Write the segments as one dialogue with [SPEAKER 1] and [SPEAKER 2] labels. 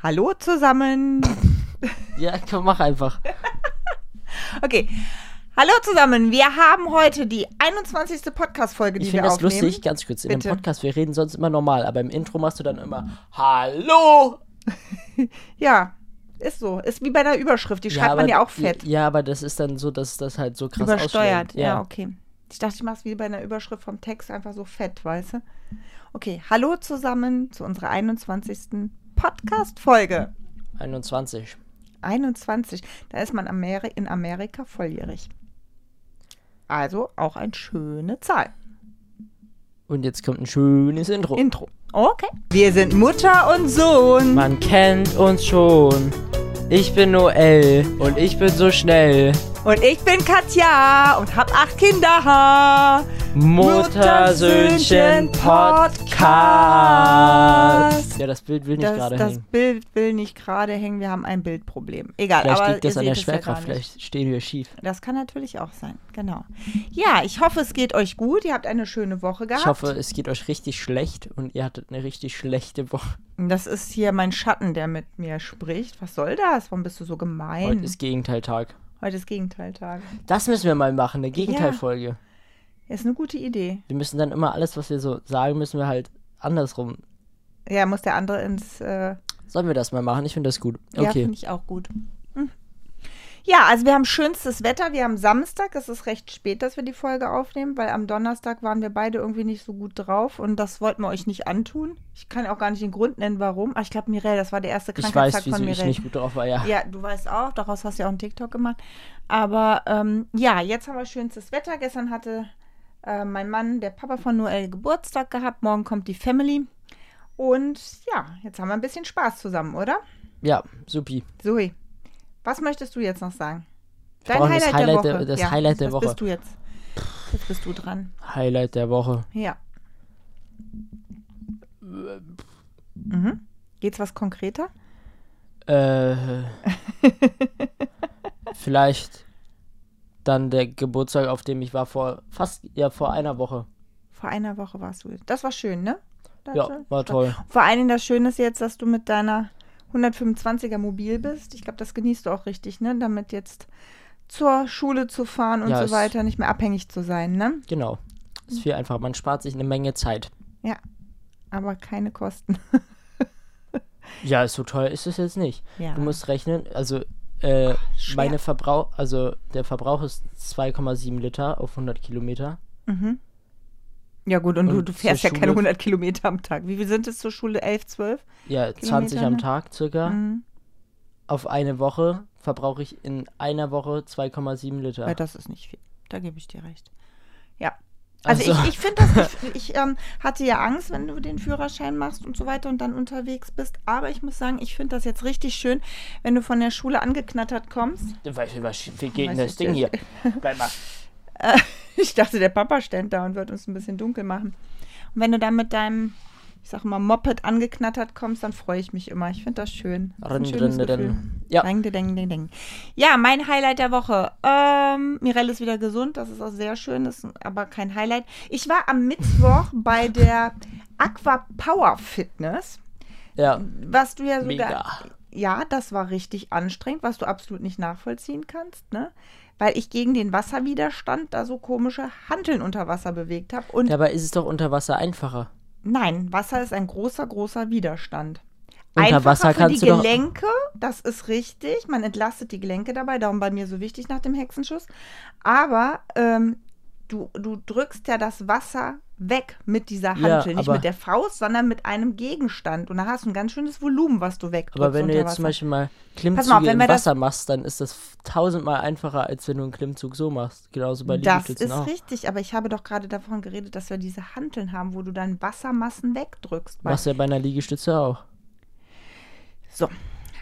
[SPEAKER 1] Hallo zusammen.
[SPEAKER 2] Ja, komm, mach einfach.
[SPEAKER 1] Okay. Hallo zusammen. Wir haben heute die 21. Podcast-Folge, die
[SPEAKER 2] Ich
[SPEAKER 1] wir
[SPEAKER 2] finde das
[SPEAKER 1] aufnehmen.
[SPEAKER 2] lustig, ganz kurz. In
[SPEAKER 1] Bitte.
[SPEAKER 2] dem Podcast, wir reden sonst immer normal, aber im Intro machst du dann immer Hallo!
[SPEAKER 1] Ja, ist so. Ist wie bei einer Überschrift. Die schreibt
[SPEAKER 2] aber-
[SPEAKER 1] man ja auch fett.
[SPEAKER 2] Ja, aber das ist dann so, dass das halt so krass
[SPEAKER 1] Übersteuert.
[SPEAKER 2] ausschlägt.
[SPEAKER 1] Ja. okay. Ich dachte, ich mache es wie bei einer Überschrift vom Text einfach so fett, weißt du? Okay. Hallo zusammen zu unserer 21. Podcast-Folge.
[SPEAKER 2] 21.
[SPEAKER 1] 21. Da ist man Ameri in Amerika volljährig. Also auch eine schöne Zahl.
[SPEAKER 2] Und jetzt kommt ein schönes Intro.
[SPEAKER 1] Intro. Okay. Wir sind Mutter und Sohn.
[SPEAKER 2] Man kennt uns schon. Ich bin Noel und ich bin so schnell.
[SPEAKER 1] Und ich bin Katja und hab acht Kinder.
[SPEAKER 2] Muttersöhnchen Podcast. Ja, das Bild will nicht
[SPEAKER 1] Das,
[SPEAKER 2] gerade
[SPEAKER 1] das
[SPEAKER 2] hängen.
[SPEAKER 1] Bild will nicht gerade hängen. Wir haben ein Bildproblem. Egal,
[SPEAKER 2] Vielleicht
[SPEAKER 1] aber
[SPEAKER 2] liegt das
[SPEAKER 1] ihr
[SPEAKER 2] an der
[SPEAKER 1] seht es ja gar
[SPEAKER 2] Schwerkraft,
[SPEAKER 1] nicht.
[SPEAKER 2] vielleicht stehen wir schief.
[SPEAKER 1] Das kann natürlich auch sein. Genau. Ja, ich hoffe, es geht euch gut. Ihr habt eine schöne Woche gehabt.
[SPEAKER 2] Ich hoffe, es geht euch richtig schlecht und ihr hattet eine richtig schlechte Woche.
[SPEAKER 1] Das ist hier mein Schatten, der mit mir spricht. Was soll das? Warum bist du so gemein?
[SPEAKER 2] Heute ist Gegenteiltag.
[SPEAKER 1] Heute ist Gegenteiltag.
[SPEAKER 2] Das müssen wir mal machen, eine Gegenteilfolge.
[SPEAKER 1] Ist eine gute Idee.
[SPEAKER 2] Wir müssen dann immer alles, was wir so sagen, müssen wir halt andersrum.
[SPEAKER 1] Ja, muss der andere ins. Äh,
[SPEAKER 2] Sollen wir das mal machen? Ich finde das gut.
[SPEAKER 1] Ja,
[SPEAKER 2] Okay.
[SPEAKER 1] finde ich auch gut. Hm. Ja, also wir haben schönstes Wetter. Wir haben Samstag. Es ist recht spät, dass wir die Folge aufnehmen, weil am Donnerstag waren wir beide irgendwie nicht so gut drauf und das wollten wir euch nicht antun. Ich kann auch gar nicht den Grund nennen, warum. Aber ich glaube, Mirelle, das war der erste
[SPEAKER 2] Ich,
[SPEAKER 1] Krankheitstag
[SPEAKER 2] weiß, wieso
[SPEAKER 1] von
[SPEAKER 2] ich
[SPEAKER 1] Mirelle.
[SPEAKER 2] nicht gut drauf war. Ja.
[SPEAKER 1] Ja, du weißt auch, daraus hast du ja auch einen TikTok gemacht. Aber ähm, ja, jetzt haben wir schönstes Wetter. Gestern hatte äh, mein Mann, der Papa von Noel, Geburtstag gehabt. Morgen kommt die Family. Und ja, jetzt haben wir ein bisschen Spaß zusammen, oder?
[SPEAKER 2] ja, supi.
[SPEAKER 1] Zoe, was möchtest du jetzt noch sagen?
[SPEAKER 2] brauchen das Highlight der- das Highlight der
[SPEAKER 1] das
[SPEAKER 2] Woche.
[SPEAKER 1] bist du jetzt. Jetzt bist du dran.
[SPEAKER 2] Highlight der Woche.
[SPEAKER 1] Ja. Mhm. Geht's was konkreter?
[SPEAKER 2] Äh, vielleicht dann der Geburtstag, auf dem ich war vor fast ja vor einer Woche.
[SPEAKER 1] Vor einer Woche warst du. Das war schön, ne? Das
[SPEAKER 2] Ja, war toll.
[SPEAKER 1] Vor allen Dingen das Schöne ist jetzt, dass du mit deiner 125er mobil bist. Ich glaube, das genießt du auch richtig, ne? Damit jetzt zur Schule zu fahren und
[SPEAKER 2] Ja,
[SPEAKER 1] so
[SPEAKER 2] es-
[SPEAKER 1] weiter, nicht mehr abhängig zu sein, ne?
[SPEAKER 2] Genau. Ist viel einfacher. Man spart sich eine Menge Zeit.
[SPEAKER 1] Aber keine Kosten.
[SPEAKER 2] Ja, so teuer ist es jetzt nicht.
[SPEAKER 1] Ja.
[SPEAKER 2] Du musst rechnen, also äh,
[SPEAKER 1] schwer.
[SPEAKER 2] meine Verbrauch, also der Verbrauch ist 2,7 Liter auf 100 Kilometer.
[SPEAKER 1] Mhm. Ja gut, und, du,
[SPEAKER 2] Und
[SPEAKER 1] du fährst ja
[SPEAKER 2] zur
[SPEAKER 1] keine
[SPEAKER 2] Schule-
[SPEAKER 1] 100 Kilometer am Tag. Wie viel sind es zur Schule? 11, 12?
[SPEAKER 2] Ja, 20
[SPEAKER 1] Kilometer, ne?
[SPEAKER 2] am Tag circa.
[SPEAKER 1] Mhm.
[SPEAKER 2] Auf eine Woche verbrauche ich in einer Woche 2,7 Liter.
[SPEAKER 1] Weil das ist nicht viel. Da gebe ich dir recht. Ja. Also,
[SPEAKER 2] Also-
[SPEAKER 1] ich, ich finde das, ich, ich ähm, hatte ja Angst, wenn du den Führerschein machst und so weiter und dann unterwegs bist. Aber ich muss sagen, ich finde das jetzt richtig schön, wenn du von der Schule angeknattert kommst.
[SPEAKER 2] Was, was, wie geht
[SPEAKER 1] Weiß ich
[SPEAKER 2] denn das Ding hier?
[SPEAKER 1] jetzt.
[SPEAKER 2] Bleib mal.
[SPEAKER 1] Ich dachte, der Papa stand da und wird uns ein bisschen dunkel machen. Und wenn du dann mit deinem, ich sag mal, Moped angeknattert kommst, dann freue ich mich immer. Ich finde das schön. Das ist ein
[SPEAKER 2] Rin,
[SPEAKER 1] schönes
[SPEAKER 2] rin, rin.
[SPEAKER 1] Gefühl.
[SPEAKER 2] Ja.
[SPEAKER 1] Ding, ding, ding, ding. Ja, mein Highlight der Woche. Ähm, Mirelle ist wieder gesund, das ist auch sehr schön, das ist aber kein Highlight. Ich war am Mittwoch bei der Aqua Power Fitness,
[SPEAKER 2] Ja,
[SPEAKER 1] was du ja sogar.
[SPEAKER 2] mega.
[SPEAKER 1] Ja, das war richtig anstrengend, was du absolut nicht nachvollziehen kannst, ne? Weil ich gegen den Wasserwiderstand da so komische Hanteln unter Wasser bewegt habe. Und
[SPEAKER 2] Dabei ist es doch unter Wasser einfacher.
[SPEAKER 1] nein, Wasser ist ein großer, großer Widerstand.
[SPEAKER 2] Unter
[SPEAKER 1] Einfacher
[SPEAKER 2] Wasser
[SPEAKER 1] für
[SPEAKER 2] kannst
[SPEAKER 1] die
[SPEAKER 2] du doch-
[SPEAKER 1] Gelenke, das ist richtig. Man entlastet die Gelenke dabei, darum bei mir so wichtig nach dem Hexenschuss. Aber ähm, du, du drückst ja das Wasser weg mit dieser
[SPEAKER 2] Ja,
[SPEAKER 1] Hantel. Nicht
[SPEAKER 2] aber-
[SPEAKER 1] mit der Faust, sondern mit einem Gegenstand. Und da hast du ein ganz schönes Volumen, was du wegdrückst.
[SPEAKER 2] Aber wenn du
[SPEAKER 1] unter
[SPEAKER 2] jetzt zum
[SPEAKER 1] Wasser.
[SPEAKER 2] Beispiel mal
[SPEAKER 1] Pass mal auf,
[SPEAKER 2] Klimmzüge
[SPEAKER 1] wenn wir
[SPEAKER 2] im
[SPEAKER 1] das-
[SPEAKER 2] Wasser machst, dann ist das f- tausendmal einfacher, als wenn du einen Klimmzug so machst. Genauso bei
[SPEAKER 1] Das
[SPEAKER 2] Liegestützen
[SPEAKER 1] ist
[SPEAKER 2] auch.
[SPEAKER 1] richtig, aber ich habe doch gerade davon geredet, dass wir diese Hanteln haben, wo du dann Wassermassen wegdrückst. Weil-
[SPEAKER 2] Machst du ja bei einer Liegestütze auch.
[SPEAKER 1] So.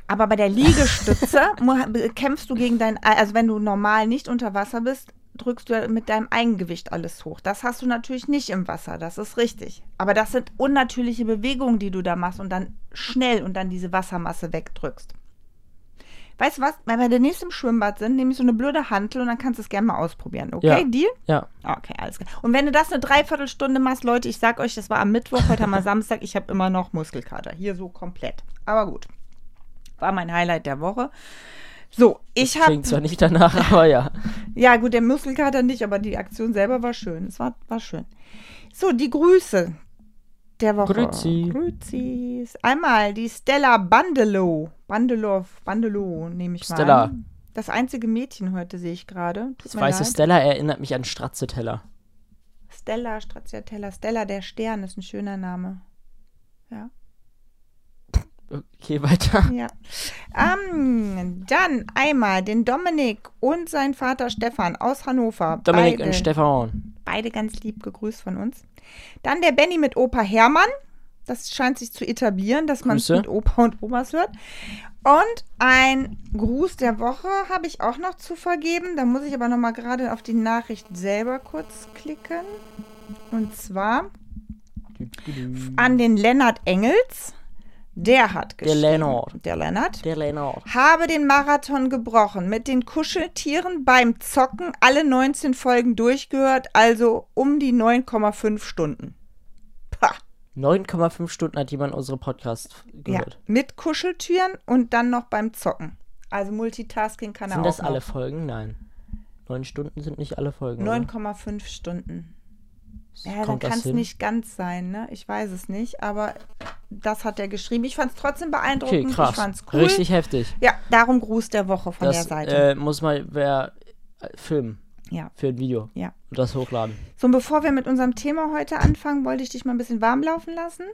[SPEAKER 1] Aber bei der Liegestütze mu- kämpfst du gegen dein, also wenn du normal nicht unter Wasser bist, drückst du ja mit deinem Eigengewicht alles hoch. Das hast du natürlich nicht im Wasser, das ist richtig. Aber das sind unnatürliche Bewegungen, die du da machst und dann schnell und dann diese Wassermasse wegdrückst. Weißt du was? Wenn wir demnächst im Schwimmbad sind, nehme ich so eine blöde Hantel und dann kannst du es gerne mal ausprobieren. Okay,
[SPEAKER 2] Ja.
[SPEAKER 1] Deal?
[SPEAKER 2] Ja.
[SPEAKER 1] Okay, alles klar. Und wenn du das eine Dreiviertelstunde machst, Leute, ich sag euch, das war am Mittwoch, heute haben wir Samstag, ich habe immer noch Muskelkater. Hier so komplett. Aber gut. War mein Highlight der Woche. So, ich habe.
[SPEAKER 2] Klingt zwar nicht danach, aber ja.
[SPEAKER 1] Ja, gut, der Muskelkater nicht, aber die Aktion selber war schön. Es war, war schön. So, die Grüße der Woche.
[SPEAKER 2] Grüezi.
[SPEAKER 1] Grüßis. Einmal die Stella Bandelow. Bandelow, Bandelow nehme ich mal
[SPEAKER 2] Stella.
[SPEAKER 1] an. Das einzige Mädchen heute sehe ich gerade. Tut
[SPEAKER 2] Das
[SPEAKER 1] mir
[SPEAKER 2] weiße
[SPEAKER 1] leid.
[SPEAKER 2] Stella erinnert mich an Stratzeteller.
[SPEAKER 1] Stella Stracciatella. Stella der Stern ist ein schöner Name. Ja.
[SPEAKER 2] Okay, weiter.
[SPEAKER 1] Ja. Ähm, dann einmal den Dominik und sein Vater Stefan aus Hannover.
[SPEAKER 2] Dominik
[SPEAKER 1] beide,
[SPEAKER 2] und Stefan.
[SPEAKER 1] beide ganz lieb gegrüßt von uns. Dann der Benny mit Opa Hermann. Das scheint sich zu etablieren, dass man es
[SPEAKER 2] Grüße.
[SPEAKER 1] mit Opa und Omas hört. Und ein Gruß der Woche habe ich auch noch zu vergeben. Da muss ich aber noch mal gerade auf die Nachricht selber kurz klicken. Und zwar an den Lennart Engels. Der hat geschrieben.
[SPEAKER 2] Lennart.
[SPEAKER 1] Der Lennart.
[SPEAKER 2] Der Lennart.
[SPEAKER 1] Habe den Marathon gebrochen, mit den Kuscheltieren beim Zocken alle 19 Folgen durchgehört, also um die 9,5 Stunden. Pah.
[SPEAKER 2] 9,5 Stunden hat jemand unsere Podcast
[SPEAKER 1] Ja,
[SPEAKER 2] gehört.
[SPEAKER 1] mit Kuscheltieren und dann noch beim Zocken. Also Multitasking kann er
[SPEAKER 2] Sind
[SPEAKER 1] genau auch.
[SPEAKER 2] das
[SPEAKER 1] noch.
[SPEAKER 2] alle Folgen? Nein. 9 Stunden sind nicht alle Folgen. oder?
[SPEAKER 1] 9,5 Stunden. Ja,
[SPEAKER 2] Kommt
[SPEAKER 1] dann
[SPEAKER 2] das
[SPEAKER 1] kann es
[SPEAKER 2] hin?
[SPEAKER 1] nicht ganz sein, ne? Ich weiß es nicht, aber das hat er geschrieben. Ich fand es trotzdem
[SPEAKER 2] Okay,
[SPEAKER 1] beeindruckend.
[SPEAKER 2] krass.
[SPEAKER 1] Ich fand's cool.
[SPEAKER 2] Richtig heftig.
[SPEAKER 1] Ja, darum Gruß der Woche von
[SPEAKER 2] das
[SPEAKER 1] der Seite.
[SPEAKER 2] Äh, muss mal wer äh, filmen
[SPEAKER 1] ja,
[SPEAKER 2] für ein Video
[SPEAKER 1] ja.
[SPEAKER 2] und das hochladen.
[SPEAKER 1] So, und bevor wir mit unserem Thema heute anfangen, wollte ich dich mal ein bisschen warm laufen lassen.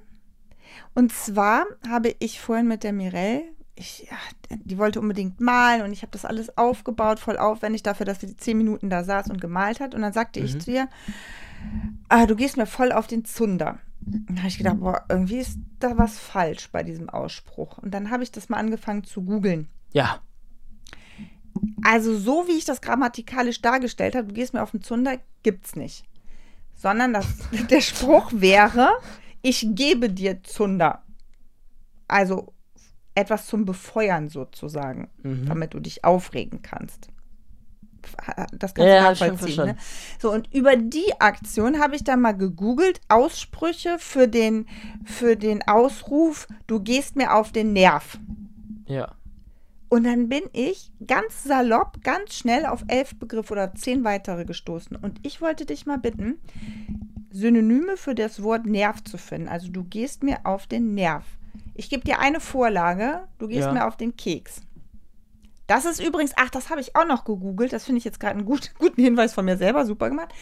[SPEAKER 1] Und zwar habe ich vorhin mit der Mirelle, ich, ja, die wollte unbedingt malen und ich habe das alles aufgebaut, voll aufwendig dafür, dass sie zehn Minuten da saß und gemalt hat. Und dann sagte
[SPEAKER 2] Mhm.
[SPEAKER 1] ich zu ihr, ah, du gehst mir voll auf den Zunder. Und Dann habe ich gedacht, boah, irgendwie ist da was falsch bei diesem Ausspruch. Und dann habe ich das mal angefangen zu googeln.
[SPEAKER 2] Ja,
[SPEAKER 1] Also so wie ich das grammatikalisch dargestellt habe, du gehst mir auf den Zunder, gibt's nicht. Sondern das, der Spruch wäre, ich gebe dir Zunder. Also etwas zum Befeuern sozusagen,
[SPEAKER 2] Mhm.
[SPEAKER 1] damit du dich aufregen kannst. Das kannst
[SPEAKER 2] Ja,
[SPEAKER 1] du
[SPEAKER 2] ja, hab ich schon
[SPEAKER 1] nachvollziehen. Ne?
[SPEAKER 2] verstanden.
[SPEAKER 1] So, und über die Aktion habe ich dann mal gegoogelt, Aussprüche für den, für den Ausruf, du gehst mir auf den Nerv.
[SPEAKER 2] ja.
[SPEAKER 1] Und dann bin ich ganz salopp, ganz schnell auf elf Begriffe oder zehn weitere gestoßen. Und ich wollte dich mal bitten, Synonyme für das Wort Nerv zu finden. Also du gehst mir auf den Nerv. Ich gebe dir eine Vorlage, du gehst
[SPEAKER 2] Ja.
[SPEAKER 1] mir auf den Keks. Das ist übrigens, ach, das habe ich auch noch gegoogelt, das finde ich jetzt gerade einen gut, guten Hinweis von mir selber, super gemacht.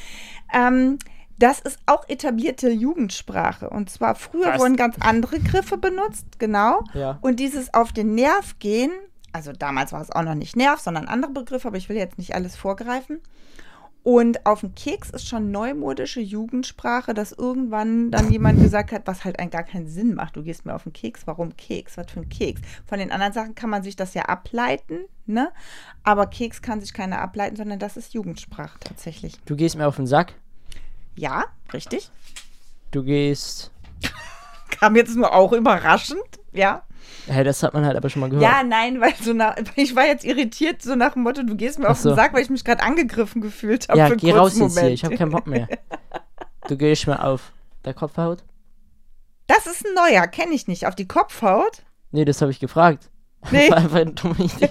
[SPEAKER 1] Ähm, das ist auch etablierte Jugendsprache. Und zwar früher
[SPEAKER 2] Was?
[SPEAKER 1] wurden ganz andere Griffe benutzt, genau.
[SPEAKER 2] Ja.
[SPEAKER 1] Und dieses auf den Nerv gehen, also damals war es auch noch nicht Nerv, sondern andere Begriffe, aber ich will jetzt nicht alles vorgreifen. Und auf den Keks ist schon neumodische Jugendsprache, dass irgendwann dann jemand gesagt hat, was halt einen gar keinen Sinn macht. Du gehst mir auf den Keks, warum Keks? Was für ein Keks? Von den anderen Sachen kann man sich das ja ableiten, ne? Aber Keks kann sich keiner ableiten, sondern das ist Jugendsprache tatsächlich.
[SPEAKER 2] Du gehst mir auf den Sack.
[SPEAKER 1] Ja, richtig.
[SPEAKER 2] Du gehst.
[SPEAKER 1] Kam jetzt nur auch überraschend, ja.
[SPEAKER 2] Hey, das hat man halt aber schon mal gehört.
[SPEAKER 1] Ja, nein, weil so nach, ich war jetzt irritiert, so nach dem Motto, du gehst mir
[SPEAKER 2] Ach
[SPEAKER 1] auf den
[SPEAKER 2] so.
[SPEAKER 1] Sack, weil ich mich gerade angegriffen gefühlt habe.
[SPEAKER 2] Ja,
[SPEAKER 1] für einen
[SPEAKER 2] geh
[SPEAKER 1] kurzen
[SPEAKER 2] raus jetzt hier.
[SPEAKER 1] Moment.
[SPEAKER 2] Ich habe keinen Bock mehr. Du gehst mir auf. Der Kopfhaut?
[SPEAKER 1] Das ist ein neuer, kenne ich nicht. Auf die Kopfhaut?
[SPEAKER 2] Nee, das habe ich gefragt.
[SPEAKER 1] Nee.
[SPEAKER 2] War einfach eine dumme Idee.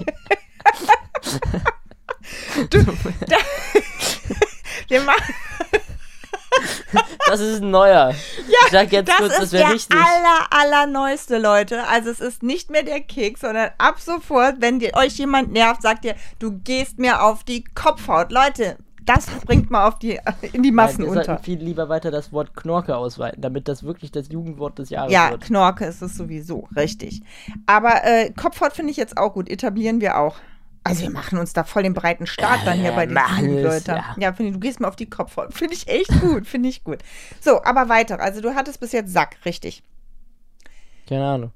[SPEAKER 1] Wir machen,
[SPEAKER 2] Das ist ein neuer. ich sag jetzt
[SPEAKER 1] das
[SPEAKER 2] kurz,
[SPEAKER 1] ist
[SPEAKER 2] das
[SPEAKER 1] der
[SPEAKER 2] wäre richtig.
[SPEAKER 1] aller, allerneueste, Leute. Also es ist nicht mehr der Keks, sondern ab sofort, wenn dir, euch jemand nervt, sagt ihr, du gehst mir auf die Kopfhaut. Leute, das bringt mal auf die, äh, in die Massen
[SPEAKER 2] Nein, wir
[SPEAKER 1] unter.
[SPEAKER 2] sollten viel lieber weiter das Wort Knorke ausweiten, damit das wirklich das Jugendwort des Jahres
[SPEAKER 1] Ja,
[SPEAKER 2] wird.
[SPEAKER 1] Knorke ist es sowieso, richtig. Aber äh, Kopfhaut finde ich jetzt auch gut, etablieren wir auch. Also wir machen uns da voll den breiten Start dann hier
[SPEAKER 2] Ja,
[SPEAKER 1] bei den
[SPEAKER 2] Äh, machen wir's,
[SPEAKER 1] Leuten. Ja,
[SPEAKER 2] ja.
[SPEAKER 1] finde ich, du gehst mir auf die Kopfhaut. Finde ich echt gut, finde ich gut. So, aber weiter. Also du hattest bis jetzt Sack, richtig.
[SPEAKER 2] Keine Ahnung.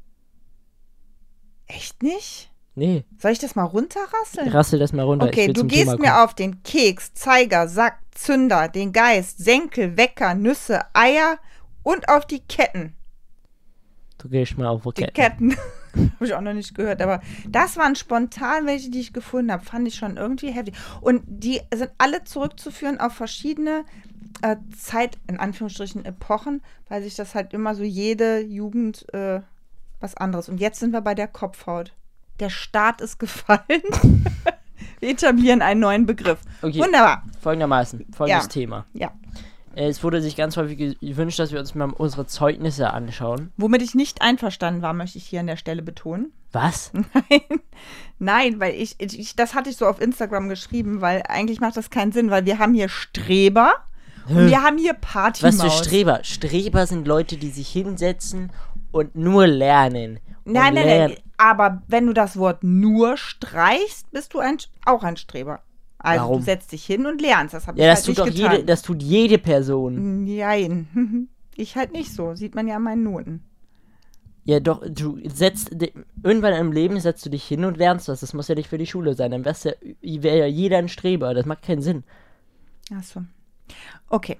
[SPEAKER 1] Echt nicht?
[SPEAKER 2] Nee,
[SPEAKER 1] Soll ich das mal runterrasseln?
[SPEAKER 2] rassel das mal runter. ich
[SPEAKER 1] Hm. Okay,
[SPEAKER 2] will
[SPEAKER 1] du
[SPEAKER 2] zum
[SPEAKER 1] gehst
[SPEAKER 2] Thema
[SPEAKER 1] mir
[SPEAKER 2] kommen.
[SPEAKER 1] auf den Keks, Zeiger, Sack, Zünder, den Geist, Senkel, Wecker, Nüsse, Eier und auf die Ketten.
[SPEAKER 2] Du gehst mir auf
[SPEAKER 1] Die
[SPEAKER 2] Roketten.
[SPEAKER 1] Ketten. Habe ich auch noch nicht gehört, aber das waren spontan welche, die ich gefunden habe. Fand ich schon irgendwie heftig. Und die sind alle zurückzuführen auf verschiedene äh, Zeit, in Anführungsstrichen, Epochen, weil sich das halt immer so jede Jugend äh, was anderes. Und jetzt sind wir bei der Kopfhaut. der Staat ist gefallen. Wir etablieren einen neuen Begriff.
[SPEAKER 2] Okay.
[SPEAKER 1] Wunderbar.
[SPEAKER 2] Folgendermaßen, folgendes
[SPEAKER 1] Ja.
[SPEAKER 2] Thema.
[SPEAKER 1] Ja.
[SPEAKER 2] Äh, Es wurde sich ganz häufig ge- gewünscht, dass wir uns mal unsere Zeugnisse anschauen.
[SPEAKER 1] Womit ich nicht einverstanden war, möchte ich hier an der Stelle betonen.
[SPEAKER 2] Was?
[SPEAKER 1] Nein, nein, weil ich, ich, das hatte ich so auf Instagram geschrieben, weil eigentlich macht das keinen Sinn, weil wir haben hier Streber und wir haben hier Partymaus.
[SPEAKER 2] Was für Streber? Streber sind Leute, die sich hinsetzen und nur lernen. Und
[SPEAKER 1] Nein, nein, nein,
[SPEAKER 2] lernen.
[SPEAKER 1] aber wenn du das Wort nur streichst, bist du ein, auch ein Streber. Also
[SPEAKER 2] Warum?
[SPEAKER 1] du setzt dich hin und lernst, das habe
[SPEAKER 2] Ja,
[SPEAKER 1] ich
[SPEAKER 2] das
[SPEAKER 1] halt
[SPEAKER 2] tut
[SPEAKER 1] nicht
[SPEAKER 2] doch
[SPEAKER 1] getan. Mhm.
[SPEAKER 2] jede, das tut jede Person.
[SPEAKER 1] Nein, ich halt nicht so, sieht man ja an meinen Noten.
[SPEAKER 2] Ja, doch, du setzt, di- irgendwann im Leben setzt du dich hin und lernst was. Das muss ja nicht für die Schule sein. Dann wärst ja, wäre ja jeder ein Streber. Das macht keinen Sinn.
[SPEAKER 1] Achso. Okay,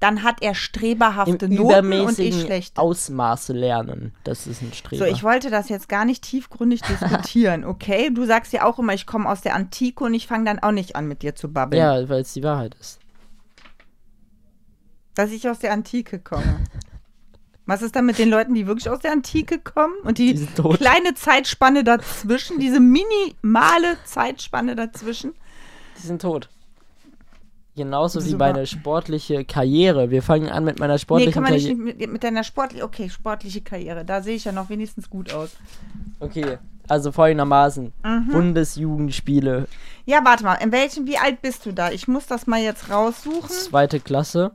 [SPEAKER 1] dann hat er
[SPEAKER 2] Im
[SPEAKER 1] streberhafte Noten und ich
[SPEAKER 2] übermäßigen
[SPEAKER 1] schlechte.
[SPEAKER 2] Ausmaße lernen. Das ist ein
[SPEAKER 1] So,
[SPEAKER 2] Streber.
[SPEAKER 1] ich wollte das jetzt gar nicht tiefgründig diskutieren, okay? Du sagst ja auch immer, ich komme aus der Antike und ich fange dann auch nicht an, mit dir zu babbeln.
[SPEAKER 2] ja, weil es die Wahrheit ist.
[SPEAKER 1] Dass ich aus der Antike komme. Was ist dann mit den Leuten, die wirklich aus der Antike kommen und die,
[SPEAKER 2] Die sind tot.
[SPEAKER 1] kleine Zeitspanne dazwischen, diese minimale Zeitspanne dazwischen?
[SPEAKER 2] Die sind tot. Genauso wie
[SPEAKER 1] Super.
[SPEAKER 2] meine sportliche Karriere. Wir fangen an mit meiner
[SPEAKER 1] Nee,
[SPEAKER 2] sportlichen
[SPEAKER 1] kann man nicht
[SPEAKER 2] Karriere.
[SPEAKER 1] mit, mit deiner sportlichen, okay, sportliche Karriere, da sehe ich ja noch wenigstens gut aus.
[SPEAKER 2] Okay, also folgendermaßen.
[SPEAKER 1] Mhm.
[SPEAKER 2] Bundesjugendspiele,
[SPEAKER 1] Ja, warte mal, in welchem, wie alt bist du da? Ich muss das mal jetzt raussuchen.
[SPEAKER 2] zweite Klasse.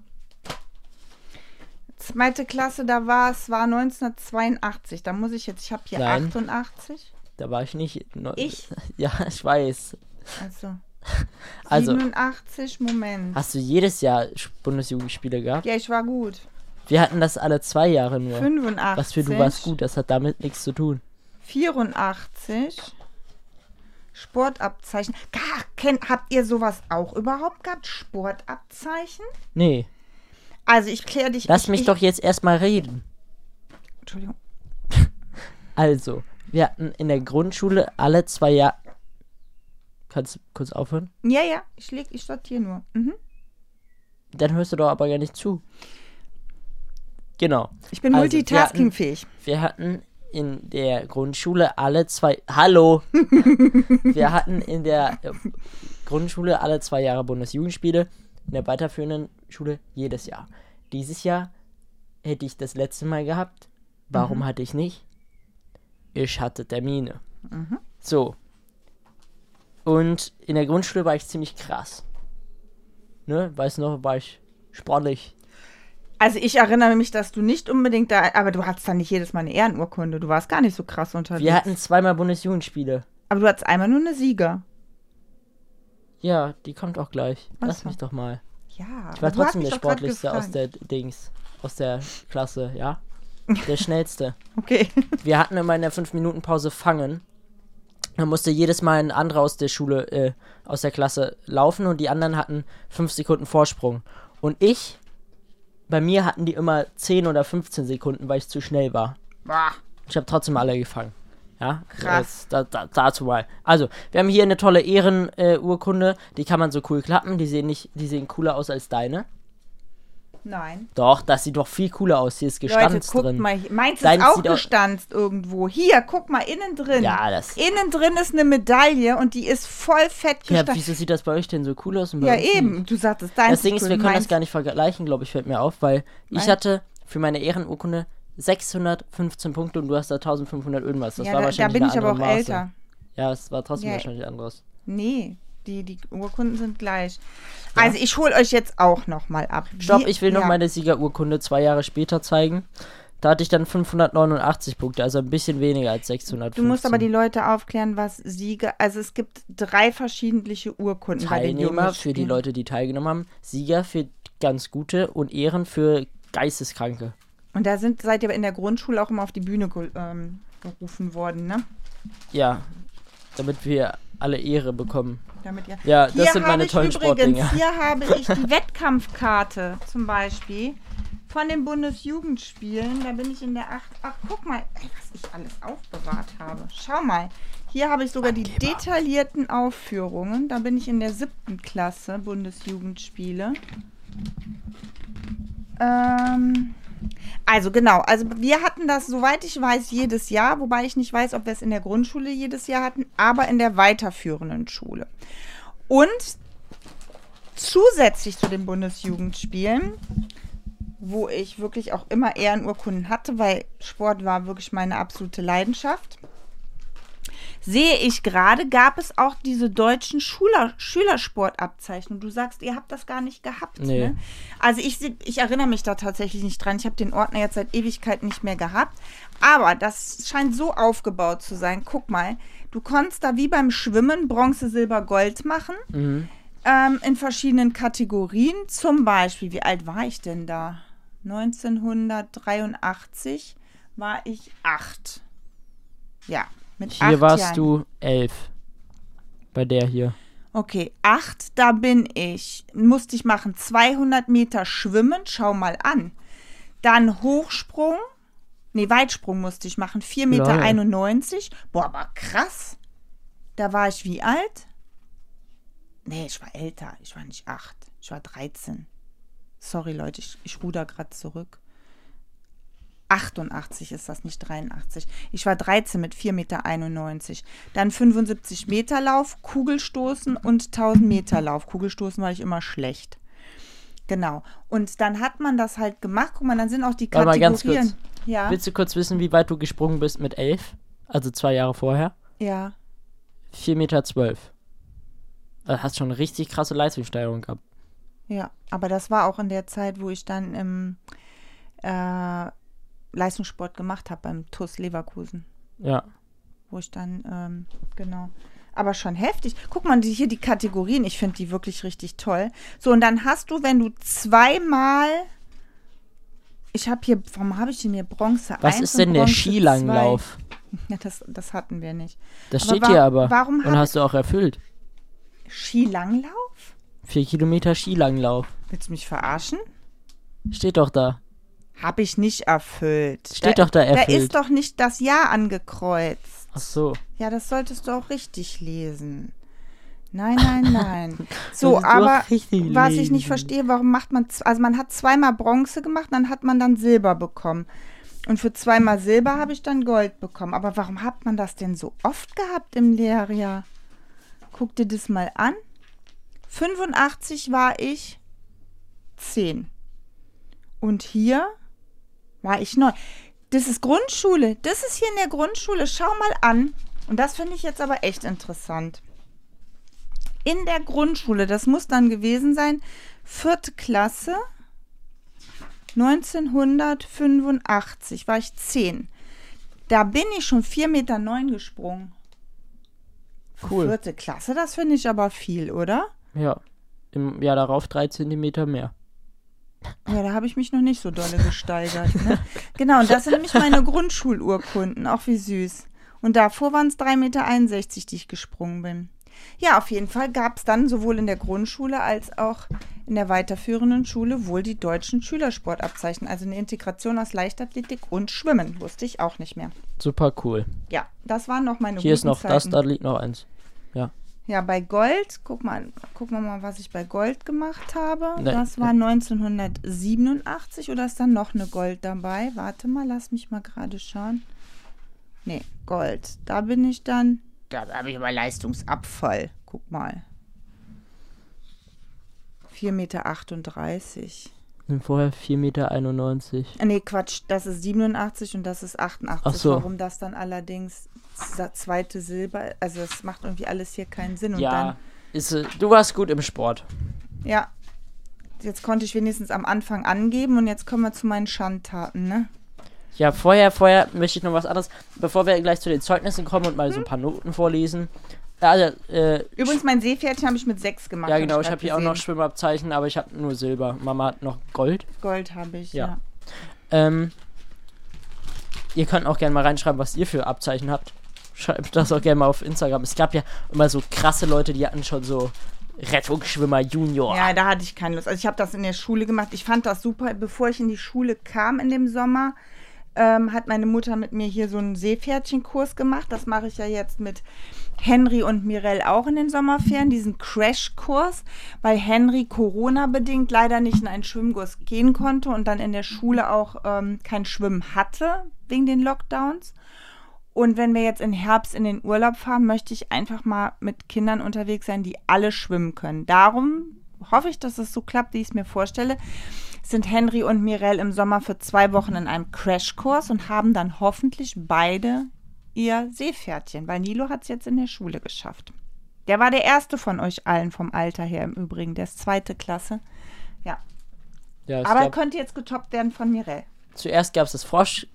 [SPEAKER 1] Zweite Klasse, da war es, war 1982. Da muss ich jetzt, ich habe hier
[SPEAKER 2] Nein.
[SPEAKER 1] 88.
[SPEAKER 2] Da war ich nicht. ne-
[SPEAKER 1] Ich?
[SPEAKER 2] Ja, ich weiß.
[SPEAKER 1] Also,
[SPEAKER 2] Also,
[SPEAKER 1] 87, Moment.
[SPEAKER 2] hast du jedes Jahr Sch- Bundesjugendspiele gehabt?
[SPEAKER 1] Ja, ich war gut.
[SPEAKER 2] Wir hatten das alle zwei Jahre nur.
[SPEAKER 1] 85.
[SPEAKER 2] Was für du warst gut, das hat damit nichts zu tun.
[SPEAKER 1] 84. Sportabzeichen. Gar, kennt, habt ihr sowas auch überhaupt gehabt? Sportabzeichen?
[SPEAKER 2] Nee,
[SPEAKER 1] Also, ich kläre dich.
[SPEAKER 2] lass
[SPEAKER 1] ich,
[SPEAKER 2] mich
[SPEAKER 1] ich,
[SPEAKER 2] doch jetzt erstmal reden.
[SPEAKER 1] Entschuldigung.
[SPEAKER 2] Also, wir hatten in der Grundschule alle zwei Jahre. Kannst du kurz aufhören?
[SPEAKER 1] Ja, ja, ich, leg, ich sortiere nur. Mhm.
[SPEAKER 2] Dann hörst du doch aber gar nicht zu. Genau.
[SPEAKER 1] Ich bin
[SPEAKER 2] Also,
[SPEAKER 1] multitaskingfähig.
[SPEAKER 2] Wir hatten in der Grundschule alle zwei. Hallo! wir hatten in der äh, Grundschule alle zwei Jahre Bundesjugendspiele, in der weiterführenden Schule jedes Jahr. Dieses Jahr hätte ich das letzte Mal gehabt. Warum hatte ich nicht? Ich hatte Termine. So. Und in der Grundschule war ich ziemlich krass. Ne, weiß noch, war ich sportlich.
[SPEAKER 1] Also, ich erinnere mich, dass du nicht unbedingt da. Aber du hattest dann nicht jedes Mal eine Ehrenurkunde. Du warst gar nicht so krass unterwegs.
[SPEAKER 2] Wir hatten zweimal Bundesjugendspiele.
[SPEAKER 1] Aber du hattest einmal nur eine Sieger.
[SPEAKER 2] Ja, die kommt auch gleich. Lass
[SPEAKER 1] so.
[SPEAKER 2] mich doch mal.
[SPEAKER 1] Ja.
[SPEAKER 2] Ich war trotzdem der Sportlichste
[SPEAKER 1] Sportlichste
[SPEAKER 2] aus der Dings, aus der Klasse, ja? Der Schnellste.
[SPEAKER 1] Okay.
[SPEAKER 2] Wir hatten immer in der 5-Minuten-Pause Fangen. Da musste jedes Mal ein anderer aus der Schule, äh, aus der Klasse laufen und die anderen hatten 5 Sekunden Vorsprung. Und ich, bei mir hatten die immer 10 oder 15 Sekunden, weil ich zu schnell war.
[SPEAKER 1] Boah.
[SPEAKER 2] Ich habe trotzdem alle gefangen. Ja,
[SPEAKER 1] Krass.
[SPEAKER 2] Jetzt Da, da, dazu mal. Also, wir haben hier eine tolle Ehrenurkunde. Äh, Urkunde. die kann man so cool klappen. Die sehen nicht, die sehen cooler aus als deine.
[SPEAKER 1] Nein.
[SPEAKER 2] Doch, das sieht doch viel cooler aus. Hier ist
[SPEAKER 1] Leute,
[SPEAKER 2] Gestanz
[SPEAKER 1] guckt
[SPEAKER 2] drin.
[SPEAKER 1] mal. hier. Meins
[SPEAKER 2] Deins
[SPEAKER 1] ist auch
[SPEAKER 2] sieht au-
[SPEAKER 1] gestanzt irgendwo. Hier, guck mal, innen drin.
[SPEAKER 2] Ja, das-
[SPEAKER 1] Innen drin ist eine Medaille und die ist voll fett
[SPEAKER 2] ja,
[SPEAKER 1] gestanzt.
[SPEAKER 2] wieso sieht das bei euch denn so cool aus? und bei
[SPEAKER 1] Ja,
[SPEAKER 2] uns nicht?
[SPEAKER 1] eben. Du sagtest deins.
[SPEAKER 2] Das Ding ist,
[SPEAKER 1] cool,
[SPEAKER 2] wir können
[SPEAKER 1] meins-
[SPEAKER 2] das gar nicht vergleichen, glaube ich, fällt mir auf, weil ich
[SPEAKER 1] Nein.
[SPEAKER 2] hatte für meine Ehrenurkunde 615 Punkte und du hast da 1500 irgendwas. Das
[SPEAKER 1] Ja, da,
[SPEAKER 2] war
[SPEAKER 1] da
[SPEAKER 2] wahrscheinlich
[SPEAKER 1] bin
[SPEAKER 2] eine
[SPEAKER 1] ich aber auch
[SPEAKER 2] andere Maße.
[SPEAKER 1] älter.
[SPEAKER 2] Ja, es war trotzdem
[SPEAKER 1] Ja.
[SPEAKER 2] wahrscheinlich anderes.
[SPEAKER 1] Nee, die, die Urkunden sind gleich. Also ich hole euch jetzt auch nochmal ab.
[SPEAKER 2] Stopp,
[SPEAKER 1] Wie-
[SPEAKER 2] ich will noch
[SPEAKER 1] ja.
[SPEAKER 2] meine Siegerurkunde zwei Jahre später zeigen. Da hatte ich dann 589 Punkte, also ein bisschen weniger als 600.
[SPEAKER 1] Du musst aber die Leute aufklären, was Sieger. Also es gibt drei verschiedentliche Urkunden bei den
[SPEAKER 2] Teilnehmer für die
[SPEAKER 1] Jungenspielen.
[SPEAKER 2] Leute, die teilgenommen haben, Sieger für ganz gute und Ehren für Geisteskranke.
[SPEAKER 1] Und da sind, seid ihr in der Grundschule auch immer auf die Bühne ge- ähm, gerufen worden, ne?
[SPEAKER 2] Ja, damit wir alle Ehre bekommen.
[SPEAKER 1] Damit ihr
[SPEAKER 2] Ja, das
[SPEAKER 1] Hier
[SPEAKER 2] sind
[SPEAKER 1] habe
[SPEAKER 2] meine
[SPEAKER 1] ich
[SPEAKER 2] tollen Sportdinger.
[SPEAKER 1] übrigens, Hier habe ich die Wettkampfkarte zum Beispiel von den Bundesjugendspielen. Da bin ich in der 8. Ach, guck mal, ey, was ich alles aufbewahrt habe. Schau mal. Hier habe ich sogar die detaillierten Aufführungen. Da bin ich in der siebten Klasse Bundesjugendspiele. Ähm, Also genau, also wir hatten das, soweit ich weiß, jedes Jahr, wobei ich nicht weiß, ob wir es in der Grundschule jedes Jahr hatten, aber in der weiterführenden Schule. Und zusätzlich zu den Bundesjugendspielen, wo ich wirklich auch immer Ehrenurkunden hatte, weil Sport war wirklich meine absolute Leidenschaft, sehe ich gerade, gab es auch diese deutschen Schüler, Schülersportabzeichen. Du sagst, ihr habt das gar nicht gehabt.
[SPEAKER 2] Nee.
[SPEAKER 1] Ne? Also ich, se- ich erinnere mich da tatsächlich nicht dran. Ich habe den Ordner jetzt seit Ewigkeit nicht mehr gehabt. Aber das scheint so aufgebaut zu sein. Guck mal, du konntest da wie beim Schwimmen Bronze, Silber, Gold machen. Ähm, in verschiedenen Kategorien. Zum Beispiel, wie alt war ich denn da? 1983 war ich acht. Ja, mit
[SPEAKER 2] Hier
[SPEAKER 1] acht
[SPEAKER 2] warst
[SPEAKER 1] Jahren.
[SPEAKER 2] du elf. Bei der hier.
[SPEAKER 1] Okay, acht, da bin ich. Musste ich machen 200 Meter Schwimmen, schau mal an. Dann Hochsprung, nee, Weitsprung musste ich machen, 4,91 Meter.
[SPEAKER 2] Lol.
[SPEAKER 1] 91. Boah, aber krass. Da war ich wie alt? Nee, ich war älter, ich war nicht acht, ich war 13. Sorry Leute, ich, ich ruder gerade zurück. 88 ist das, nicht 83. Ich war 13 mit 4,91 Meter. Dann 75 Meter Lauf, Kugelstoßen und 1000 Meter Lauf. Kugelstoßen war ich immer schlecht. Genau. Und dann hat man das halt gemacht. Guck mal, dann sind auch die
[SPEAKER 2] Warte mal
[SPEAKER 1] Kategorien.
[SPEAKER 2] ganz kurz.
[SPEAKER 1] Ja,
[SPEAKER 2] Willst du kurz wissen, wie weit du gesprungen bist mit elf? Also zwei Jahre vorher?
[SPEAKER 1] ja.
[SPEAKER 2] 4,12 Meter. Also hast schon richtig krasse Leistungssteigerung gehabt.
[SPEAKER 1] Ja, aber das war auch in der Zeit, wo ich dann im äh, Leistungssport gemacht habe beim TUS Leverkusen,
[SPEAKER 2] Ja.
[SPEAKER 1] wo ich dann, ähm, genau. Aber schon heftig. Guck mal, die, hier die Kategorien, ich finde die wirklich richtig toll. So, und dann hast du, wenn du zweimal, ich habe hier, warum habe ich denn hier Bronze
[SPEAKER 2] Was
[SPEAKER 1] 1
[SPEAKER 2] ist
[SPEAKER 1] und
[SPEAKER 2] denn der
[SPEAKER 1] Bronze 2?
[SPEAKER 2] Skilanglauf?
[SPEAKER 1] Ja, das, das hatten wir nicht.
[SPEAKER 2] Das
[SPEAKER 1] Aber
[SPEAKER 2] steht
[SPEAKER 1] wa-
[SPEAKER 2] hier aber.
[SPEAKER 1] warum
[SPEAKER 2] Und
[SPEAKER 1] hat-
[SPEAKER 2] hast du auch erfüllt.
[SPEAKER 1] Skilanglauf?
[SPEAKER 2] Vier Kilometer Skilanglauf.
[SPEAKER 1] Willst du mich verarschen?
[SPEAKER 2] Steht doch da.
[SPEAKER 1] Habe ich nicht erfüllt.
[SPEAKER 2] Steht doch da
[SPEAKER 1] Da
[SPEAKER 2] erfüllt.
[SPEAKER 1] ist doch nicht das Jahr angekreuzt.
[SPEAKER 2] Ach so.
[SPEAKER 1] Ja, das solltest du auch richtig lesen. Nein, nein, nein. So,
[SPEAKER 2] Solltest du auch
[SPEAKER 1] aber
[SPEAKER 2] richtig
[SPEAKER 1] was ich nicht
[SPEAKER 2] lesen.
[SPEAKER 1] verstehe, warum macht man, z- also man hat zweimal Bronze gemacht, dann hat man dann Silber bekommen. Und für zweimal Silber habe ich dann Gold bekommen. Aber warum hat man das denn so oft gehabt im Lehrjahr? Guck dir das mal an. 85 war ich 10. Und hier war ich neu. Das ist Grundschule. Das ist hier in der Grundschule. Schau mal an. Und das finde ich jetzt aber echt interessant. In der Grundschule, das muss dann gewesen sein, vierte Klasse, 1985, war ich 10. Da bin ich schon 4,9 Meter gesprungen.
[SPEAKER 2] Cool.
[SPEAKER 1] Vierte Klasse, das finde ich aber viel, oder?
[SPEAKER 2] Ja. Im Jahr darauf drei Zentimeter mehr.
[SPEAKER 1] Ja, da habe ich mich noch nicht so dolle gesteigert. Ne? genau, und das sind nämlich meine Grundschulurkunden. Auch wie süß. Und davor waren es 3,61 Meter, die ich gesprungen bin. Ja, auf jeden Fall gab es dann sowohl in der Grundschule als auch in der weiterführenden Schule wohl die deutschen Schülersportabzeichen. Also eine Integration aus Leichtathletik und Schwimmen. Wusste ich auch nicht mehr.
[SPEAKER 2] Super cool.
[SPEAKER 1] Ja, das waren noch meine
[SPEAKER 2] Hier ist
[SPEAKER 1] guten
[SPEAKER 2] noch
[SPEAKER 1] Zeiten.
[SPEAKER 2] das, da liegt noch eins. Ja.
[SPEAKER 1] Ja, bei Gold, guck mal, gucken wir mal, was ich bei Gold gemacht habe.
[SPEAKER 2] Ne-
[SPEAKER 1] Das war 1987 oder ist da noch eine Gold dabei? Warte mal, lass mich mal gerade schauen. Nee, Gold. Da bin ich dann. Da habe ich aber Leistungsabfall. Guck mal. 4,38 Meter.
[SPEAKER 2] Und vorher 4,91 Meter.
[SPEAKER 1] Äh, Nee, Quatsch, das ist 87 und das ist 88.
[SPEAKER 2] Ach so.
[SPEAKER 1] Warum das dann allerdings das zweite Silber, also das macht irgendwie alles hier keinen Sinn. Und dann
[SPEAKER 2] Ja. Ist, äh, du warst gut im Sport.
[SPEAKER 1] Ja. Jetzt konnte ich wenigstens am Anfang angeben und jetzt kommen wir zu meinen Schandtaten, ne?
[SPEAKER 2] Ja, vorher, vorher möchte ich noch was anderes, bevor wir gleich zu den Zeugnissen kommen und mal so ein paar Noten vorlesen. Also, äh,
[SPEAKER 1] Übrigens, mein Seepferdchen habe ich mit sechs gemacht.
[SPEAKER 2] ja
[SPEAKER 1] hab
[SPEAKER 2] genau, ich
[SPEAKER 1] grad
[SPEAKER 2] habe hier auch noch
[SPEAKER 1] gesehen.
[SPEAKER 2] Schwimmabzeichen, aber ich habe nur Silber. Mama hat noch Gold.
[SPEAKER 1] Gold habe ich, ja.
[SPEAKER 2] Ja. Ähm, ihr könnt auch gerne mal reinschreiben, was ihr für Abzeichen habt. Schreibt das auch gerne mal auf Instagram. Es gab ja immer so krasse Leute, die hatten schon so Rettungsschwimmer Junior.
[SPEAKER 1] Ja, da hatte ich keine Lust. Also ich habe das in der Schule gemacht. Ich fand das super, bevor ich in die Schule kam in dem Sommer. ähm, hat meine Mutter mit mir hier so einen Seepferdchenkurs gemacht. Das mache ich ja jetzt mit Henry und Mirelle auch in den Sommerferien, diesen Crashkurs, weil Henry Corona-bedingt leider nicht in einen Schwimmkurs gehen konnte und dann in der Schule auch ähm, kein Schwimmen hatte wegen den Lockdowns. Und wenn wir jetzt im Herbst in den Urlaub fahren, möchte ich einfach mal mit Kindern unterwegs sein, die alle schwimmen können. Darum hoffe ich, dass es so klappt, wie ich es mir vorstelle. Sind Henry und Mirelle im Sommer für zwei Wochen in einem Crashkurs und haben dann hoffentlich beide ihr Seepferdchen, weil Nilo hat es jetzt in der Schule geschafft. Der war der erste von euch allen vom Alter her im Übrigen, der ist zweite Klasse. Ja.
[SPEAKER 2] Ja, es
[SPEAKER 1] Aber er
[SPEAKER 2] gab,
[SPEAKER 1] könnte jetzt getoppt werden von Mirelle.
[SPEAKER 2] zuerst gab es das Frosch,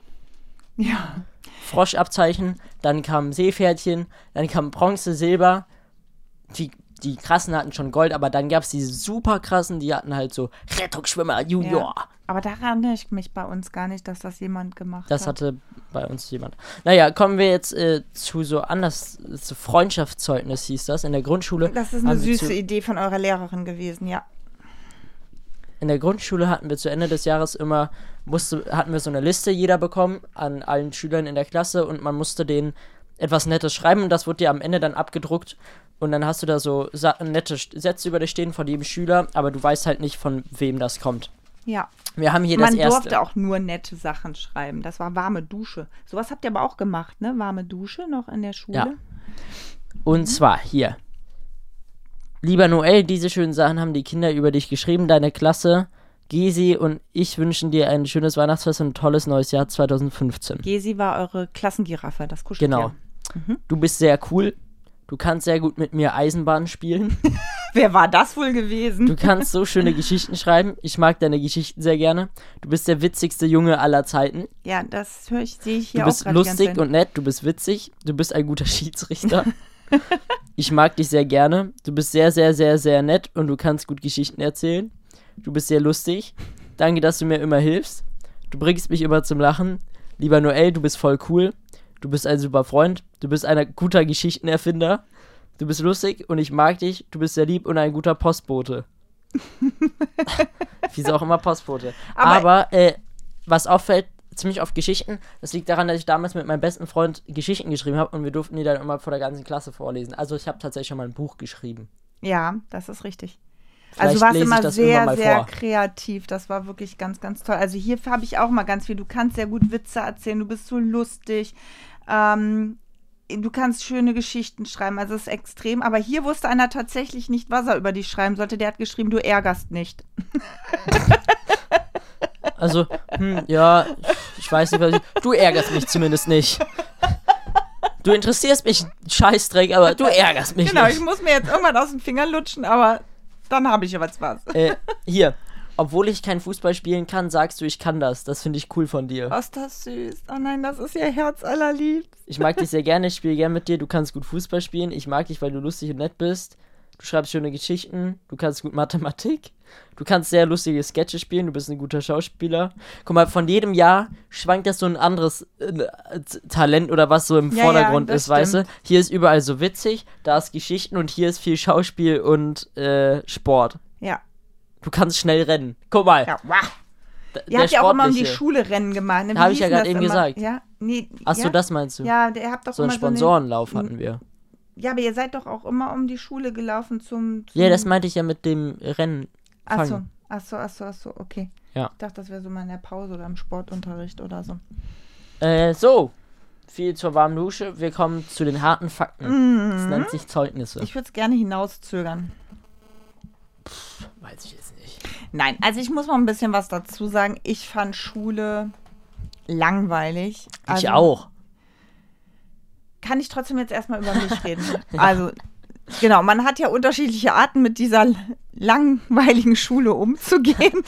[SPEAKER 1] Ja.
[SPEAKER 2] Froschabzeichen, dann kam Seepferdchen, dann kam Bronze, Silber. Die, die krassen hatten schon Gold, aber dann gab es diese super krassen, die hatten halt so Rettungsschwimmer Junior.
[SPEAKER 1] Ja. Aber daran erinnere ich mich bei uns gar nicht, dass das jemand gemacht
[SPEAKER 2] Das
[SPEAKER 1] hat.
[SPEAKER 2] hatte bei uns jemand. Naja, kommen wir jetzt äh, zu so anders, zu Freundschaftszeugnis hieß das in der Grundschule.
[SPEAKER 1] Das ist eine
[SPEAKER 2] haben wir
[SPEAKER 1] süße
[SPEAKER 2] Also Zu,
[SPEAKER 1] Idee von eurer Lehrerin gewesen, ja.
[SPEAKER 2] in der Grundschule hatten wir zu Ende des Jahres immer, musste, hatten wir so eine Liste jeder bekommen an allen Schülern in der Klasse und man musste denen etwas Nettes schreiben und das wurde dir am Ende dann abgedruckt und dann hast du da so sa- nette St- Sätze über dich stehen von jedem Schüler, aber du weißt halt nicht, von wem das kommt.
[SPEAKER 1] Ja.
[SPEAKER 2] Wir haben hier
[SPEAKER 1] Man
[SPEAKER 2] das erste.
[SPEAKER 1] durfte auch nur nette Sachen schreiben. Das war warme Dusche. Sowas habt ihr aber auch gemacht, ne? Warme Dusche noch in der Schule.
[SPEAKER 2] Ja.
[SPEAKER 1] Mhm.
[SPEAKER 2] Und zwar hier. Lieber Noel, diese schönen Sachen haben die Kinder über dich geschrieben, deine Klasse. Gesi und ich wünschen dir ein schönes Weihnachtsfest und ein tolles neues Jahr 2015.
[SPEAKER 1] Gesi war eure Klassengiraffe, das Kuscheltier.
[SPEAKER 2] Genau. Du bist sehr cool. Du kannst sehr gut mit mir Eisenbahn spielen.
[SPEAKER 1] Wer war das wohl gewesen?
[SPEAKER 2] Du kannst so schöne Geschichten schreiben. Ich mag deine Geschichten sehr gerne. Du bist der witzigste Junge aller Zeiten.
[SPEAKER 1] ja, das höre ich, sehe ich hier
[SPEAKER 2] Du bist
[SPEAKER 1] auch gerade die ganze
[SPEAKER 2] lustig
[SPEAKER 1] Zeit.
[SPEAKER 2] und nett. Du bist witzig. Du bist ein guter Schiedsrichter. ich mag dich sehr gerne. Du bist sehr, sehr, sehr, sehr nett und du kannst gut Geschichten erzählen. Du bist sehr lustig. Danke, dass du mir immer hilfst. Du bringst mich immer zum Lachen. Lieber Noel, du bist voll cool. Du bist ein super Freund. Du bist ein guter Geschichtenerfinder. Du bist lustig und ich mag dich. Du bist sehr lieb und ein guter Postbote. Wieso auch immer Postbote.
[SPEAKER 1] Aber-
[SPEAKER 2] Aber, äh, was auffällt, ziemlich oft Geschichten. Das liegt daran, dass ich damals mit meinem besten Freund Geschichten geschrieben habe und wir durften die dann immer vor der ganzen Klasse vorlesen. Also ich habe tatsächlich schon mal ein Buch geschrieben.
[SPEAKER 1] Ja, das ist richtig.
[SPEAKER 2] Vielleicht
[SPEAKER 1] also du warst
[SPEAKER 2] lese ich
[SPEAKER 1] immer
[SPEAKER 2] das
[SPEAKER 1] sehr,
[SPEAKER 2] irgendwann mal
[SPEAKER 1] sehr
[SPEAKER 2] vor.
[SPEAKER 1] kreativ. Das war wirklich ganz, ganz toll. Also hier habe ich auch mal ganz viel. Du kannst sehr gut Witze erzählen, du bist so lustig. Ähm, du kannst schöne Geschichten schreiben. Also es ist extrem. Aber hier wusste einer tatsächlich nicht, was er über dich schreiben sollte. Der hat geschrieben, du ärgerst nicht.
[SPEAKER 2] Also, hm, ja, ich weiß nicht, was ich. Du ärgerst mich zumindest nicht. Du interessierst mich, Scheißdreck, aber du ärgerst mich
[SPEAKER 1] genau,
[SPEAKER 2] nicht.
[SPEAKER 1] ich muss mir jetzt irgendwann aus den Fingern lutschen, aber dann habe ich ja was was.
[SPEAKER 2] äh, hier, obwohl ich kein Fußball spielen kann, sagst du, ich kann das. Das finde ich cool von dir.
[SPEAKER 1] Was das süß. Oh nein, das ist ihr Herz allerliebst.
[SPEAKER 2] Ich mag dich sehr gerne, ich spiele gerne mit dir, du kannst gut Fußball spielen, ich mag dich, weil du lustig und nett bist. Du schreibst schöne Geschichten, du kannst gut Mathematik, du kannst sehr lustige Sketche spielen, du bist ein guter Schauspieler. Guck mal, von jedem Jahr schwankt das so ein anderes äh, Talent oder was so im
[SPEAKER 1] Ja, ja,
[SPEAKER 2] Vordergrund
[SPEAKER 1] das
[SPEAKER 2] ist, weißt du? Hier ist überall so witzig, da ist Geschichten und hier ist viel Schauspiel und äh, Sport.
[SPEAKER 1] Ja.
[SPEAKER 2] Du kannst schnell rennen. Guck mal.
[SPEAKER 1] Ja, wow.
[SPEAKER 2] d-
[SPEAKER 1] Ihr habt ja auch immer um die
[SPEAKER 2] Sportliche.
[SPEAKER 1] Schule Rennen gemacht. Ne? Wie
[SPEAKER 2] Hab ich ja
[SPEAKER 1] hieß
[SPEAKER 2] grad
[SPEAKER 1] das
[SPEAKER 2] eben
[SPEAKER 1] immer?
[SPEAKER 2] gesagt.
[SPEAKER 1] Ja, nee.
[SPEAKER 2] Ach so,
[SPEAKER 1] ja?
[SPEAKER 2] das meinst du?
[SPEAKER 1] Ja, ihr habt doch
[SPEAKER 2] so einen
[SPEAKER 1] immer
[SPEAKER 2] Sponsorenlauf
[SPEAKER 1] so eine,
[SPEAKER 2] hatten wir.
[SPEAKER 1] Ja, aber ihr seid doch auch immer um die Schule gelaufen zum. zum
[SPEAKER 2] Ja, das meinte ich ja mit dem Rennen.
[SPEAKER 1] Mhm. ach so,
[SPEAKER 2] Fangen.
[SPEAKER 1] ach so, ach so, ach so, okay.
[SPEAKER 2] Ja.
[SPEAKER 1] Ich dachte, das wäre so mal in der Pause oder im Sportunterricht oder so.
[SPEAKER 2] Äh, so. Viel zur warmen Dusche. Wir kommen zu den harten Fakten. Das nennt sich Zeugnisse.
[SPEAKER 1] Mhm. Ich würde es gerne hinauszögern.
[SPEAKER 2] weiß ich jetzt nicht.
[SPEAKER 1] Nein, also ich muss mal ein bisschen was dazu sagen. Ich fand Schule langweilig. Also
[SPEAKER 2] ich auch.
[SPEAKER 1] Kann ich trotzdem jetzt erstmal über mich reden? Also, genau, man hat ja unterschiedliche Arten, mit dieser langweiligen Schule umzugehen.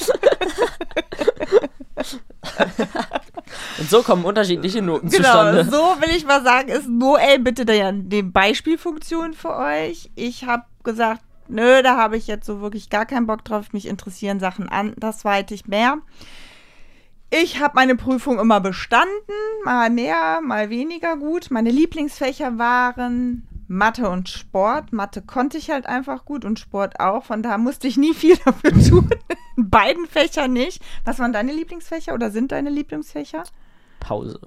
[SPEAKER 2] Und so kommen unterschiedliche Noten
[SPEAKER 1] Genau,
[SPEAKER 2] zustande.
[SPEAKER 1] so will ich mal sagen, ist Noel bitte der, die Beispielfunktion für euch. Ich habe gesagt, nö, da habe ich jetzt so wirklich gar keinen Bock drauf. Mich interessieren Sachen andersweitig mehr. Ich habe meine Prüfung immer bestanden, mal mehr, mal weniger gut. Meine Lieblingsfächer waren Mathe und Sport. Mathe konnte ich halt einfach gut und Sport auch. Von daher musste ich nie viel dafür tun. In beiden Fächern nicht. Was waren deine Lieblingsfächer oder sind deine Lieblingsfächer?
[SPEAKER 2] Pause.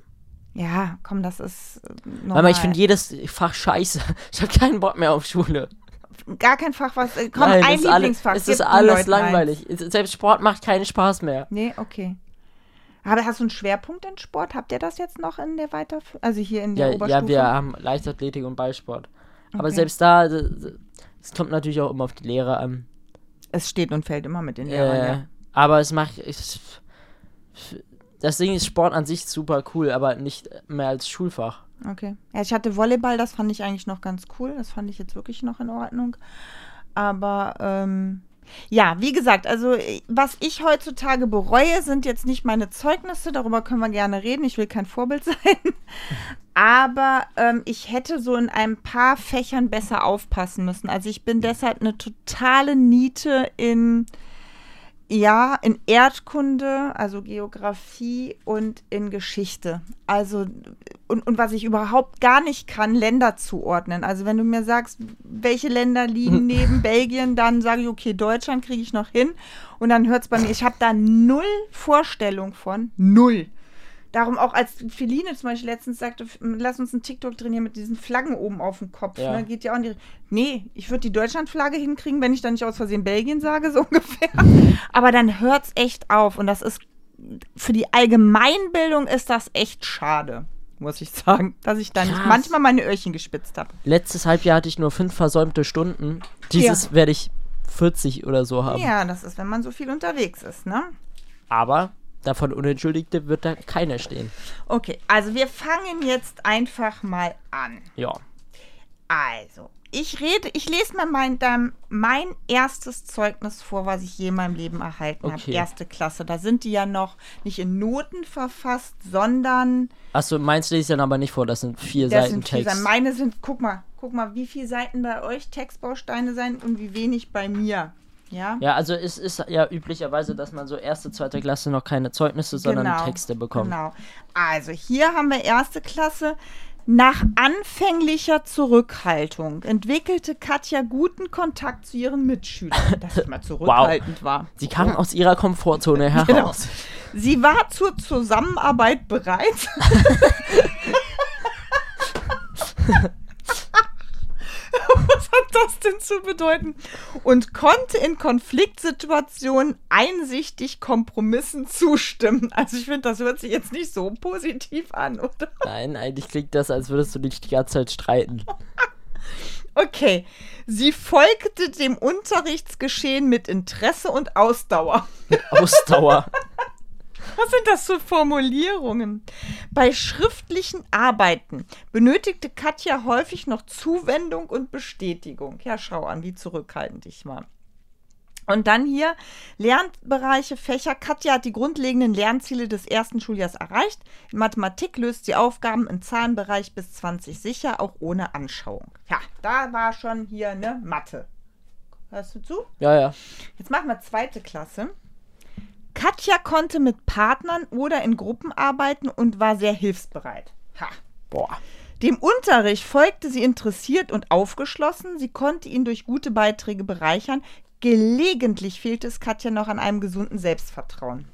[SPEAKER 1] Ja, komm, das ist äh, normal.
[SPEAKER 2] Weil ich finde jedes Fach scheiße. Ich habe keinen Bock mehr auf Schule.
[SPEAKER 1] Gar kein Fach, was. äh, Komm,
[SPEAKER 2] Nein,
[SPEAKER 1] ein
[SPEAKER 2] es ist alle-
[SPEAKER 1] Lieblingsfach.
[SPEAKER 2] Es
[SPEAKER 1] gib
[SPEAKER 2] ist
[SPEAKER 1] den
[SPEAKER 2] alles
[SPEAKER 1] Leuten eins.
[SPEAKER 2] langweilig. Es- Selbst Sport macht keinen Spaß mehr.
[SPEAKER 1] Nee, okay. Aber hast du einen Schwerpunkt in Sport? Habt ihr das jetzt noch in der Weiter... Also hier in
[SPEAKER 2] Ja,
[SPEAKER 1] der Oberstufe?
[SPEAKER 2] ja, wir haben Leichtathletik und Ballsport. Aber
[SPEAKER 1] Okay.
[SPEAKER 2] selbst da, d- d- es kommt natürlich auch immer auf die Lehrer an.
[SPEAKER 1] Es steht und fällt immer mit den Lehrern,
[SPEAKER 2] Äh,
[SPEAKER 1] ja.
[SPEAKER 2] Aber es macht. Es, das Ding ist, Sport an sich super cool, aber nicht mehr als Schulfach.
[SPEAKER 1] Okay. Ja, ich hatte Volleyball, das fand ich eigentlich noch ganz cool. Das fand ich jetzt wirklich noch in Ordnung. Aber ähm, ja, wie gesagt, also äh, was ich heutzutage bereue, sind jetzt nicht meine Zeugnisse. Darüber können wir gerne reden. Ich will kein Vorbild sein. Aber ähm, ich hätte so in ein paar Fächern besser aufpassen müssen. Also ich bin deshalb eine totale Niete in ja, in Erdkunde, also Geografie und in Geschichte. Also, und, und was ich überhaupt gar nicht kann, Länder zuordnen. Also, wenn du mir sagst, welche Länder liegen neben Belgien, dann sage ich, okay, Deutschland kriege ich noch hin. Und dann hört es bei mir, ich habe da null Vorstellung von. Null. Darum auch, als Feline zum Beispiel letztens sagte, f- lass uns einen TikTok drehen hier mit diesen Flaggen oben auf dem Kopf.
[SPEAKER 2] Ja.
[SPEAKER 1] Ne? Geht ja auch nicht. Nee, ich würde die Deutschlandflagge hinkriegen, wenn ich dann nicht aus Versehen Belgien sage, so ungefähr. Aber dann hört's echt auf. Und das ist für die Allgemeinbildung ist das echt schade, muss ich sagen. Dass ich dann nicht
[SPEAKER 2] Krass.
[SPEAKER 1] manchmal meine Öhrchen gespitzt habe.
[SPEAKER 2] Letztes Halbjahr hatte ich nur fünf versäumte Stunden. Dieses werde ich 40 oder so haben.
[SPEAKER 1] Ja, das ist, wenn man so viel unterwegs ist, ne?
[SPEAKER 2] Aber davon Unentschuldigte wird da keiner stehen.
[SPEAKER 1] Okay, also wir fangen jetzt einfach mal an.
[SPEAKER 2] Ja.
[SPEAKER 1] Also, ich rede, ich lese mal mein, dein, mein erstes Zeugnis vor, was ich je in meinem Leben erhalten habe.
[SPEAKER 2] Okay.
[SPEAKER 1] Erste Klasse. Da sind die ja noch nicht in Noten verfasst, sondern
[SPEAKER 2] Achso, meins lese ich dann aber nicht vor, das sind vier
[SPEAKER 1] das
[SPEAKER 2] Seiten
[SPEAKER 1] sind vier
[SPEAKER 2] Text.
[SPEAKER 1] Seiten. Meine sind, guck mal, guck mal, wie viele Seiten bei euch Textbausteine sein und wie wenig bei mir. Ja.
[SPEAKER 2] ja, also es ist ja üblicherweise, dass man so erste, zweite Klasse noch keine Zeugnisse, sondern Texte bekommt.
[SPEAKER 1] Genau. Also hier haben wir erste Klasse. Nach anfänglicher Zurückhaltung entwickelte Katja guten Kontakt zu ihren Mitschülern, dass ich mal zurückhaltend war.
[SPEAKER 2] Sie kamen aus ihrer Komfortzone heraus.
[SPEAKER 1] Genau. Sie war zur Zusammenarbeit bereit. Was hat das denn zu bedeuten? Und konnte in Konfliktsituationen einsichtig Kompromissen zustimmen. Also ich finde, das hört sich jetzt nicht so positiv an, oder?
[SPEAKER 2] Nein, eigentlich klingt das, als würdest du dich die ganze Zeit streiten.
[SPEAKER 1] Okay. Sie folgte dem Unterrichtsgeschehen mit Interesse und Ausdauer.
[SPEAKER 2] Ausdauer.
[SPEAKER 1] Was sind das für Formulierungen? Bei schriftlichen Arbeiten benötigte Katja häufig noch Zuwendung und Bestätigung. Ja, schau an, wie zurückhaltend ich war. Und dann hier Lernbereiche, Fächer. Katja hat die grundlegenden Lernziele des ersten Schuljahres erreicht. In Mathematik löst sie Aufgaben im Zahlenbereich bis 20 sicher, auch ohne Anschauung. Ja, da war schon hier eine Mathe. Hörst du zu?
[SPEAKER 2] ja, ja.
[SPEAKER 1] Jetzt machen wir zweite Klasse. Katja konnte mit Partnern oder in Gruppen arbeiten und war sehr hilfsbereit. Ha.
[SPEAKER 2] Boah.
[SPEAKER 1] Dem Unterricht folgte sie interessiert und aufgeschlossen. Sie konnte ihn durch gute Beiträge bereichern. Gelegentlich fehlte es Katja noch an einem gesunden Selbstvertrauen.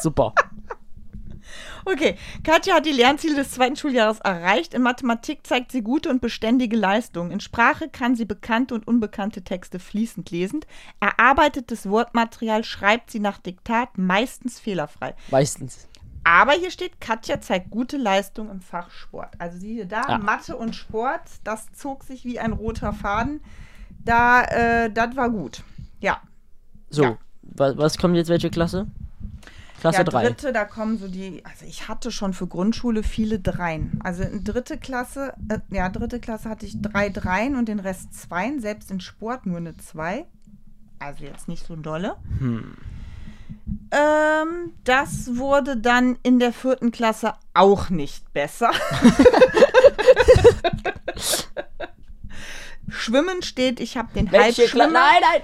[SPEAKER 2] Super.
[SPEAKER 1] Okay, Katja hat die Lernziele des zweiten Schuljahres erreicht. In Mathematik zeigt sie gute und beständige Leistungen. In Sprache kann sie bekannte und unbekannte Texte fließend lesend. Erarbeitetes Wortmaterial schreibt sie nach Diktat meistens fehlerfrei.
[SPEAKER 2] Meistens.
[SPEAKER 1] Aber hier steht, Katja zeigt gute Leistung im Fach Sport. Also siehe da,
[SPEAKER 2] Ja.
[SPEAKER 1] Mathe und Sport, das zog sich wie ein roter Faden. Da, äh, das war gut. Ja.
[SPEAKER 2] So,
[SPEAKER 1] Ja.
[SPEAKER 2] wa was kommt jetzt welche Klasse? Klasse
[SPEAKER 1] ja,
[SPEAKER 2] 3.
[SPEAKER 1] dritte, da kommen so die, also ich hatte schon für Grundschule viele Dreien. Also in dritte Klasse, äh, ja, dritte Klasse hatte ich drei Dreien und den Rest Zweien, selbst in Sport nur eine Zwei. Also jetzt nicht so dolle.
[SPEAKER 2] Hm.
[SPEAKER 1] Ähm, das wurde dann in der vierten Klasse auch nicht besser. Schwimmen steht, ich habe den
[SPEAKER 2] Klasse?
[SPEAKER 1] Halbschwimmer.
[SPEAKER 2] Nein, nein!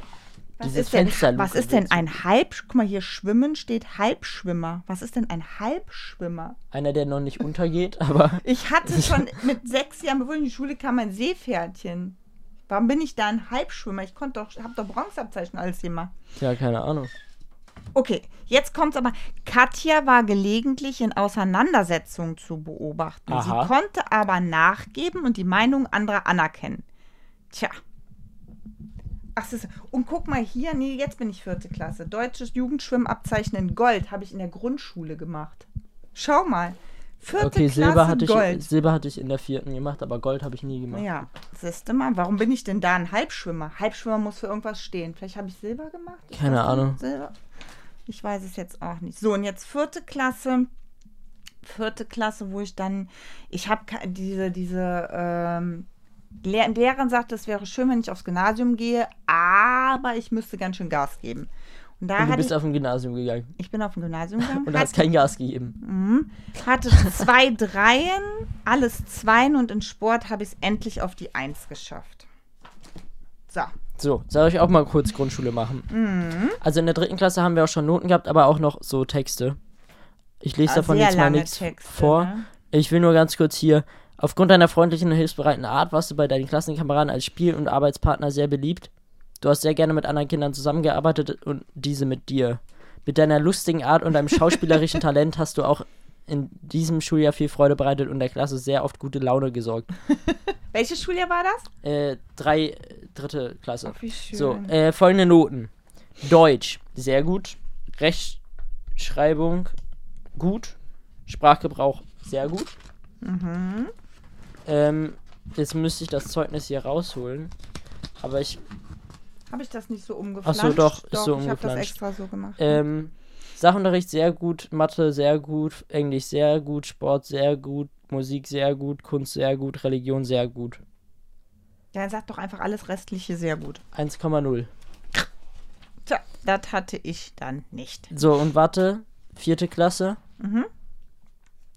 [SPEAKER 1] Was
[SPEAKER 2] Diese
[SPEAKER 1] ist, denn,
[SPEAKER 2] Fensterluke
[SPEAKER 1] was ist denn
[SPEAKER 2] willst du?
[SPEAKER 1] ein Halb? Guck mal, hier Schwimmen steht Halbschwimmer. Was ist denn ein Halbschwimmer?
[SPEAKER 2] Einer, der noch nicht untergeht, aber.
[SPEAKER 1] Ich hatte schon mit sechs Jahren, bevor ich in die Schule kam, ein Seepferdchen. Warum bin ich da ein Halbschwimmer? Ich konnte doch, habe doch Bronzeabzeichen als Thema.
[SPEAKER 2] Ja, keine Ahnung.
[SPEAKER 1] Okay, jetzt kommt's aber. Katja war gelegentlich in Auseinandersetzungen zu beobachten.
[SPEAKER 2] Aha.
[SPEAKER 1] Sie konnte aber nachgeben und die Meinung anderer anerkennen. Tja. Ach, siehste. und guck mal hier, nee, jetzt bin ich vierte Klasse. Deutsches Jugendschwimmabzeichen in Gold habe ich in der Grundschule gemacht. Schau mal. Vierte
[SPEAKER 2] Okay,
[SPEAKER 1] Klasse
[SPEAKER 2] Silber hatte,
[SPEAKER 1] Gold.
[SPEAKER 2] ich, Silber hatte ich in der vierten gemacht, aber Gold habe ich nie gemacht.
[SPEAKER 1] Ja, siehst du mal, warum bin ich denn da ein Halbschwimmer? Halbschwimmer muss für irgendwas stehen. Vielleicht habe ich Silber gemacht? Ist
[SPEAKER 2] Keine
[SPEAKER 1] das denn
[SPEAKER 2] Ahnung.
[SPEAKER 1] Silber? Ich weiß es jetzt auch nicht. So, und jetzt vierte Klasse. Vierte Klasse, wo ich dann, ich habe ke- diese, diese, ähm, Lehr Lehrerin sagte, es wäre schön, wenn ich aufs Gymnasium gehe, aber ich müsste ganz schön Gas geben. Und da
[SPEAKER 2] Und du
[SPEAKER 1] hatte
[SPEAKER 2] bist
[SPEAKER 1] ich,
[SPEAKER 2] auf dem Gymnasium gegangen
[SPEAKER 1] ich bin auf dem Gymnasium gegangen,
[SPEAKER 2] und
[SPEAKER 1] hat-
[SPEAKER 2] hast kein Gas gegeben.
[SPEAKER 1] hatte zwei Dreien, alles Zweien und in Sport habe ich es endlich auf die Eins geschafft. So,
[SPEAKER 2] So, soll ich auch mal kurz Grundschule machen?
[SPEAKER 1] Mhm.
[SPEAKER 2] Also in der dritten Klasse haben wir auch schon Noten gehabt, aber auch noch so Texte. Ich lese
[SPEAKER 1] Ah,
[SPEAKER 2] davon
[SPEAKER 1] sehr
[SPEAKER 2] jetzt mal
[SPEAKER 1] lange
[SPEAKER 2] nichts
[SPEAKER 1] Texte,
[SPEAKER 2] vor.
[SPEAKER 1] ne?
[SPEAKER 2] Ich will nur ganz kurz hier. Aufgrund deiner freundlichen und hilfsbereiten Art warst du bei deinen Klassenkameraden als Spiel- und Arbeitspartner sehr beliebt. Du hast sehr gerne mit anderen Kindern zusammengearbeitet und diese mit dir. Mit deiner lustigen Art und deinem schauspielerischen Talent hast du auch in diesem Schuljahr viel Freude bereitet und der Klasse sehr oft gute Laune gesorgt.
[SPEAKER 1] welches Schuljahr war das?
[SPEAKER 2] Äh, drei, äh, dritte Klasse.
[SPEAKER 1] wie schön.
[SPEAKER 2] So, äh, folgende Noten. Deutsch, sehr gut. Rechtschreibung, gut. Sprachgebrauch, sehr gut. Ähm, jetzt müsste ich das Zeugnis hier rausholen. Aber ich,
[SPEAKER 1] Habe ich das nicht so umgeflanscht?
[SPEAKER 2] Ach so, doch, ist so
[SPEAKER 1] Ich habe das
[SPEAKER 2] umgeflanscht.
[SPEAKER 1] extra so gemacht.
[SPEAKER 2] ähm, Sachunterricht sehr gut, Mathe sehr gut, Englisch sehr gut, Sport sehr gut, Musik sehr gut, Kunst sehr gut, Religion sehr gut.
[SPEAKER 1] Ja, Dann sagt doch einfach alles Restliche sehr gut.
[SPEAKER 2] 1,0.
[SPEAKER 1] Tja, das hatte ich dann nicht.
[SPEAKER 2] So, und warte, vierte Klasse.
[SPEAKER 1] Mhm.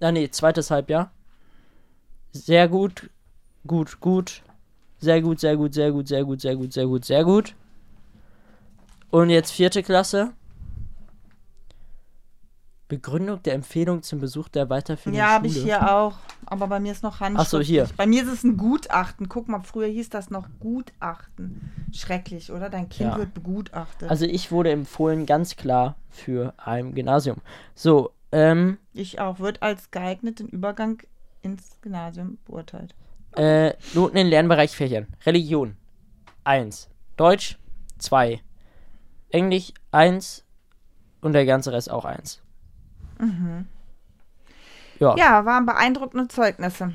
[SPEAKER 2] Ah, nee, zweites Halbjahr. Sehr gut, gut, gut. Sehr gut, sehr gut, sehr gut, sehr gut, sehr gut, sehr gut, sehr gut. Und jetzt vierte Klasse. Begründung der Empfehlung zum Besuch der weiterführenden
[SPEAKER 1] Ja, habe
[SPEAKER 2] Schule.
[SPEAKER 1] ich hier auch. Aber bei mir ist noch Handschrift.
[SPEAKER 2] Ach so, hier.
[SPEAKER 1] Bei mir ist es ein Gutachten. Guck mal, früher hieß das noch Gutachten. Schrecklich, oder? Dein Kind
[SPEAKER 2] Ja.
[SPEAKER 1] wird begutachtet.
[SPEAKER 2] Also ich wurde empfohlen, ganz klar, für ein Gymnasium. So, ähm,
[SPEAKER 1] Ich auch. Wird als geeigneten Übergang ins Gymnasium beurteilt.
[SPEAKER 2] Äh, Noten in Lernbereich Fächern. Religion 1. Deutsch 2. Englisch 1. Und der ganze Rest auch 1. Mhm. Ja,
[SPEAKER 1] Ja, waren beeindruckende Zeugnisse.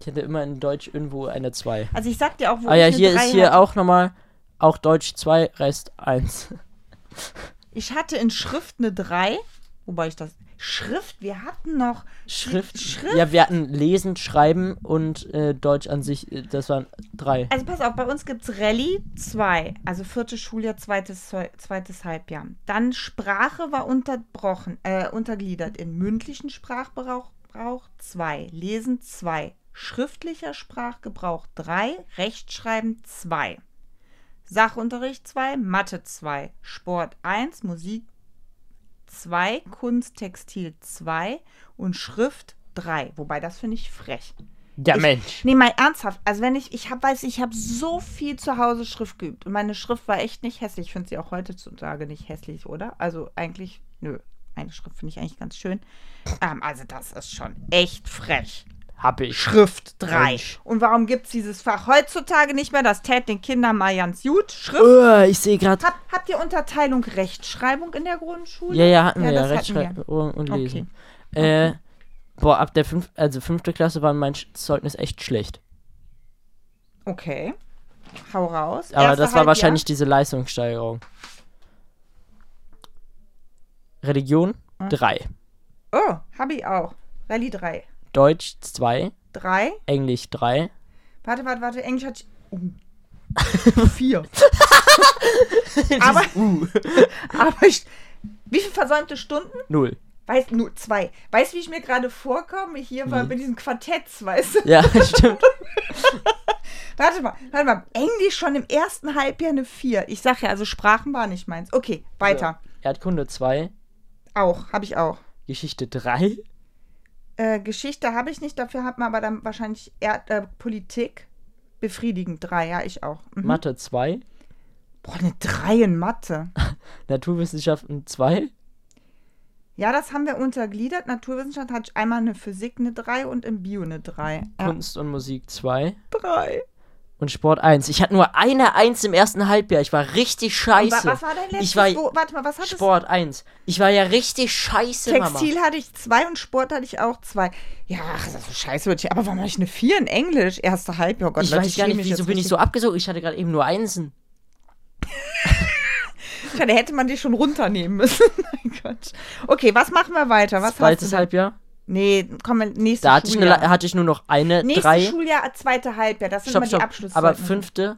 [SPEAKER 2] ich hätte immer in Deutsch irgendwo eine 2.
[SPEAKER 1] Also ich sag dir auch, wo
[SPEAKER 2] Ah ja,
[SPEAKER 1] ich
[SPEAKER 2] hier
[SPEAKER 1] eine
[SPEAKER 2] ist
[SPEAKER 1] drei halt.
[SPEAKER 2] hier
[SPEAKER 1] hatte.
[SPEAKER 2] auch nochmal. Auch Deutsch 2, Rest 1.
[SPEAKER 1] Ich hatte in Schrift eine 3, wobei ich das Schrift, wir hatten noch
[SPEAKER 2] Schrift,
[SPEAKER 1] Schrift.
[SPEAKER 2] Ja, wir hatten Lesen, Schreiben und äh, Deutsch an sich, äh, das waren 3.
[SPEAKER 1] Also pass auf, bei uns gibt's Rallye 2, also viertes Schuljahr, zweites, Zeu- zweites Halbjahr. Dann Sprache war unterbrochen, äh, untergliedert in mündlichen Sprachgebrauch 2, Lesen 2, schriftlicher Sprachgebrauch 3, Rechtschreiben 2, Sachunterricht 2, Mathe 2, Sport 1, Musik 2, Kunst, Textil 2 und Schrift 3. Wobei, das finde ich frech.
[SPEAKER 2] Ja,
[SPEAKER 1] Ich-
[SPEAKER 2] Mensch.
[SPEAKER 1] Nee, mal ernsthaft. Also wenn ich, ich hab, weiß, ich habe so viel zu Hause Schrift geübt. Und meine Schrift war echt nicht hässlich. Ich finde sie auch heutzutage nicht hässlich, oder? Also eigentlich, nö. Meine Schrift finde ich eigentlich ganz schön. Ähm, also das ist schon echt frech.
[SPEAKER 2] Hab ich.
[SPEAKER 1] Schrift 3.
[SPEAKER 2] Mensch.
[SPEAKER 1] Und warum gibt es dieses Fach heutzutage nicht mehr? Das tät den Kindern mal ganz gut. Schrift.
[SPEAKER 2] Oh, ich sehe gerade.
[SPEAKER 1] Hab, habt ihr Unterteilung Rechtschreibung in der Grundschule?
[SPEAKER 2] Ja, ja, hatten wir ja,
[SPEAKER 1] das hatten wir.
[SPEAKER 2] Rechtschreibung und Lesen. Äh, boah, ab der fünf, also fünfte Klasse war mein Sch- Zeugnis echt schlecht.
[SPEAKER 1] Okay. Hau raus.
[SPEAKER 2] Aber
[SPEAKER 1] Erste
[SPEAKER 2] das war
[SPEAKER 1] Halbjahr.
[SPEAKER 2] wahrscheinlich diese Leistungssteigerung. Religion
[SPEAKER 1] Hm.
[SPEAKER 2] 3,
[SPEAKER 1] Oh, habe ich auch. Rallye 3.
[SPEAKER 2] Deutsch 2,
[SPEAKER 1] 3.
[SPEAKER 2] Englisch 3,
[SPEAKER 1] Warte, warte, warte. Englisch hatte ich. Oh. Vier. aber, aber ich. Wie viel versäumte Stunden?
[SPEAKER 2] 0.
[SPEAKER 1] Weiß, nur zwei. Weißt du, wie ich mir gerade vorkomme? Hier bei, bei diesen Quartetts, weißt du?
[SPEAKER 2] Ja, stimmt.
[SPEAKER 1] Warte mal, warte mal. Englisch schon im ersten Halbjahr eine Vier. Ich sag ja, also Sprachen war nicht meins. Okay, weiter.
[SPEAKER 2] Erdkunde 2,
[SPEAKER 1] Auch, habe ich auch.
[SPEAKER 2] Geschichte 3,
[SPEAKER 1] Äh, Geschichte habe ich nicht, dafür hat man aber dann wahrscheinlich Erd, äh, Politik. Befriedigend drei, ja, ich auch. Mhm.
[SPEAKER 2] Mathe 2,
[SPEAKER 1] Boah, eine drei in Mathe.
[SPEAKER 2] Naturwissenschaften 2.
[SPEAKER 1] Ja, das haben wir untergliedert. Naturwissenschaft hatte ich einmal eine Physik eine 3 und im Bio eine 3. Ja,
[SPEAKER 2] Kunst und Musik 2
[SPEAKER 1] 3.
[SPEAKER 2] und Sport 1. Ich hatte nur eine 1 im ersten Halbjahr. Ich war richtig scheiße.
[SPEAKER 1] Was war dein letztes?
[SPEAKER 2] ich war
[SPEAKER 1] wo, warte mal, was hattest du?
[SPEAKER 2] Sport 1. Ich war ja richtig scheiße,
[SPEAKER 1] Textil
[SPEAKER 2] Mama.
[SPEAKER 1] hatte ich zwei und Sport hatte ich auch zwei. Ja, ach, das ist so scheiße. würde ich- Aber warum habe ich eine vier in Englisch? Erste Halbjahr. Oh Gott,
[SPEAKER 2] Ich
[SPEAKER 1] Leute,
[SPEAKER 2] weiß gar
[SPEAKER 1] schäme
[SPEAKER 2] nicht,
[SPEAKER 1] mich
[SPEAKER 2] wieso
[SPEAKER 1] jetzt
[SPEAKER 2] bin ich so
[SPEAKER 1] richtig.
[SPEAKER 2] abgesogen. Ich hatte gerade eben nur Einsen.
[SPEAKER 1] Tja, da hätte man dich schon runternehmen müssen. mein Gott. Okay, was machen wir weiter? Was hast du
[SPEAKER 2] Zweites
[SPEAKER 1] denn?
[SPEAKER 2] Halbjahr.
[SPEAKER 1] Nee, komm, nächstes
[SPEAKER 2] Da hatte ich, eine,
[SPEAKER 1] Schuljahr.
[SPEAKER 2] La- hatte ich nur noch eine,
[SPEAKER 1] Nächstes
[SPEAKER 2] drei.
[SPEAKER 1] Schuljahr, zweite Halbjahr. Das sind
[SPEAKER 2] Stopp,
[SPEAKER 1] immer die
[SPEAKER 2] stopp.
[SPEAKER 1] Abschluss.
[SPEAKER 2] Aber fünfte,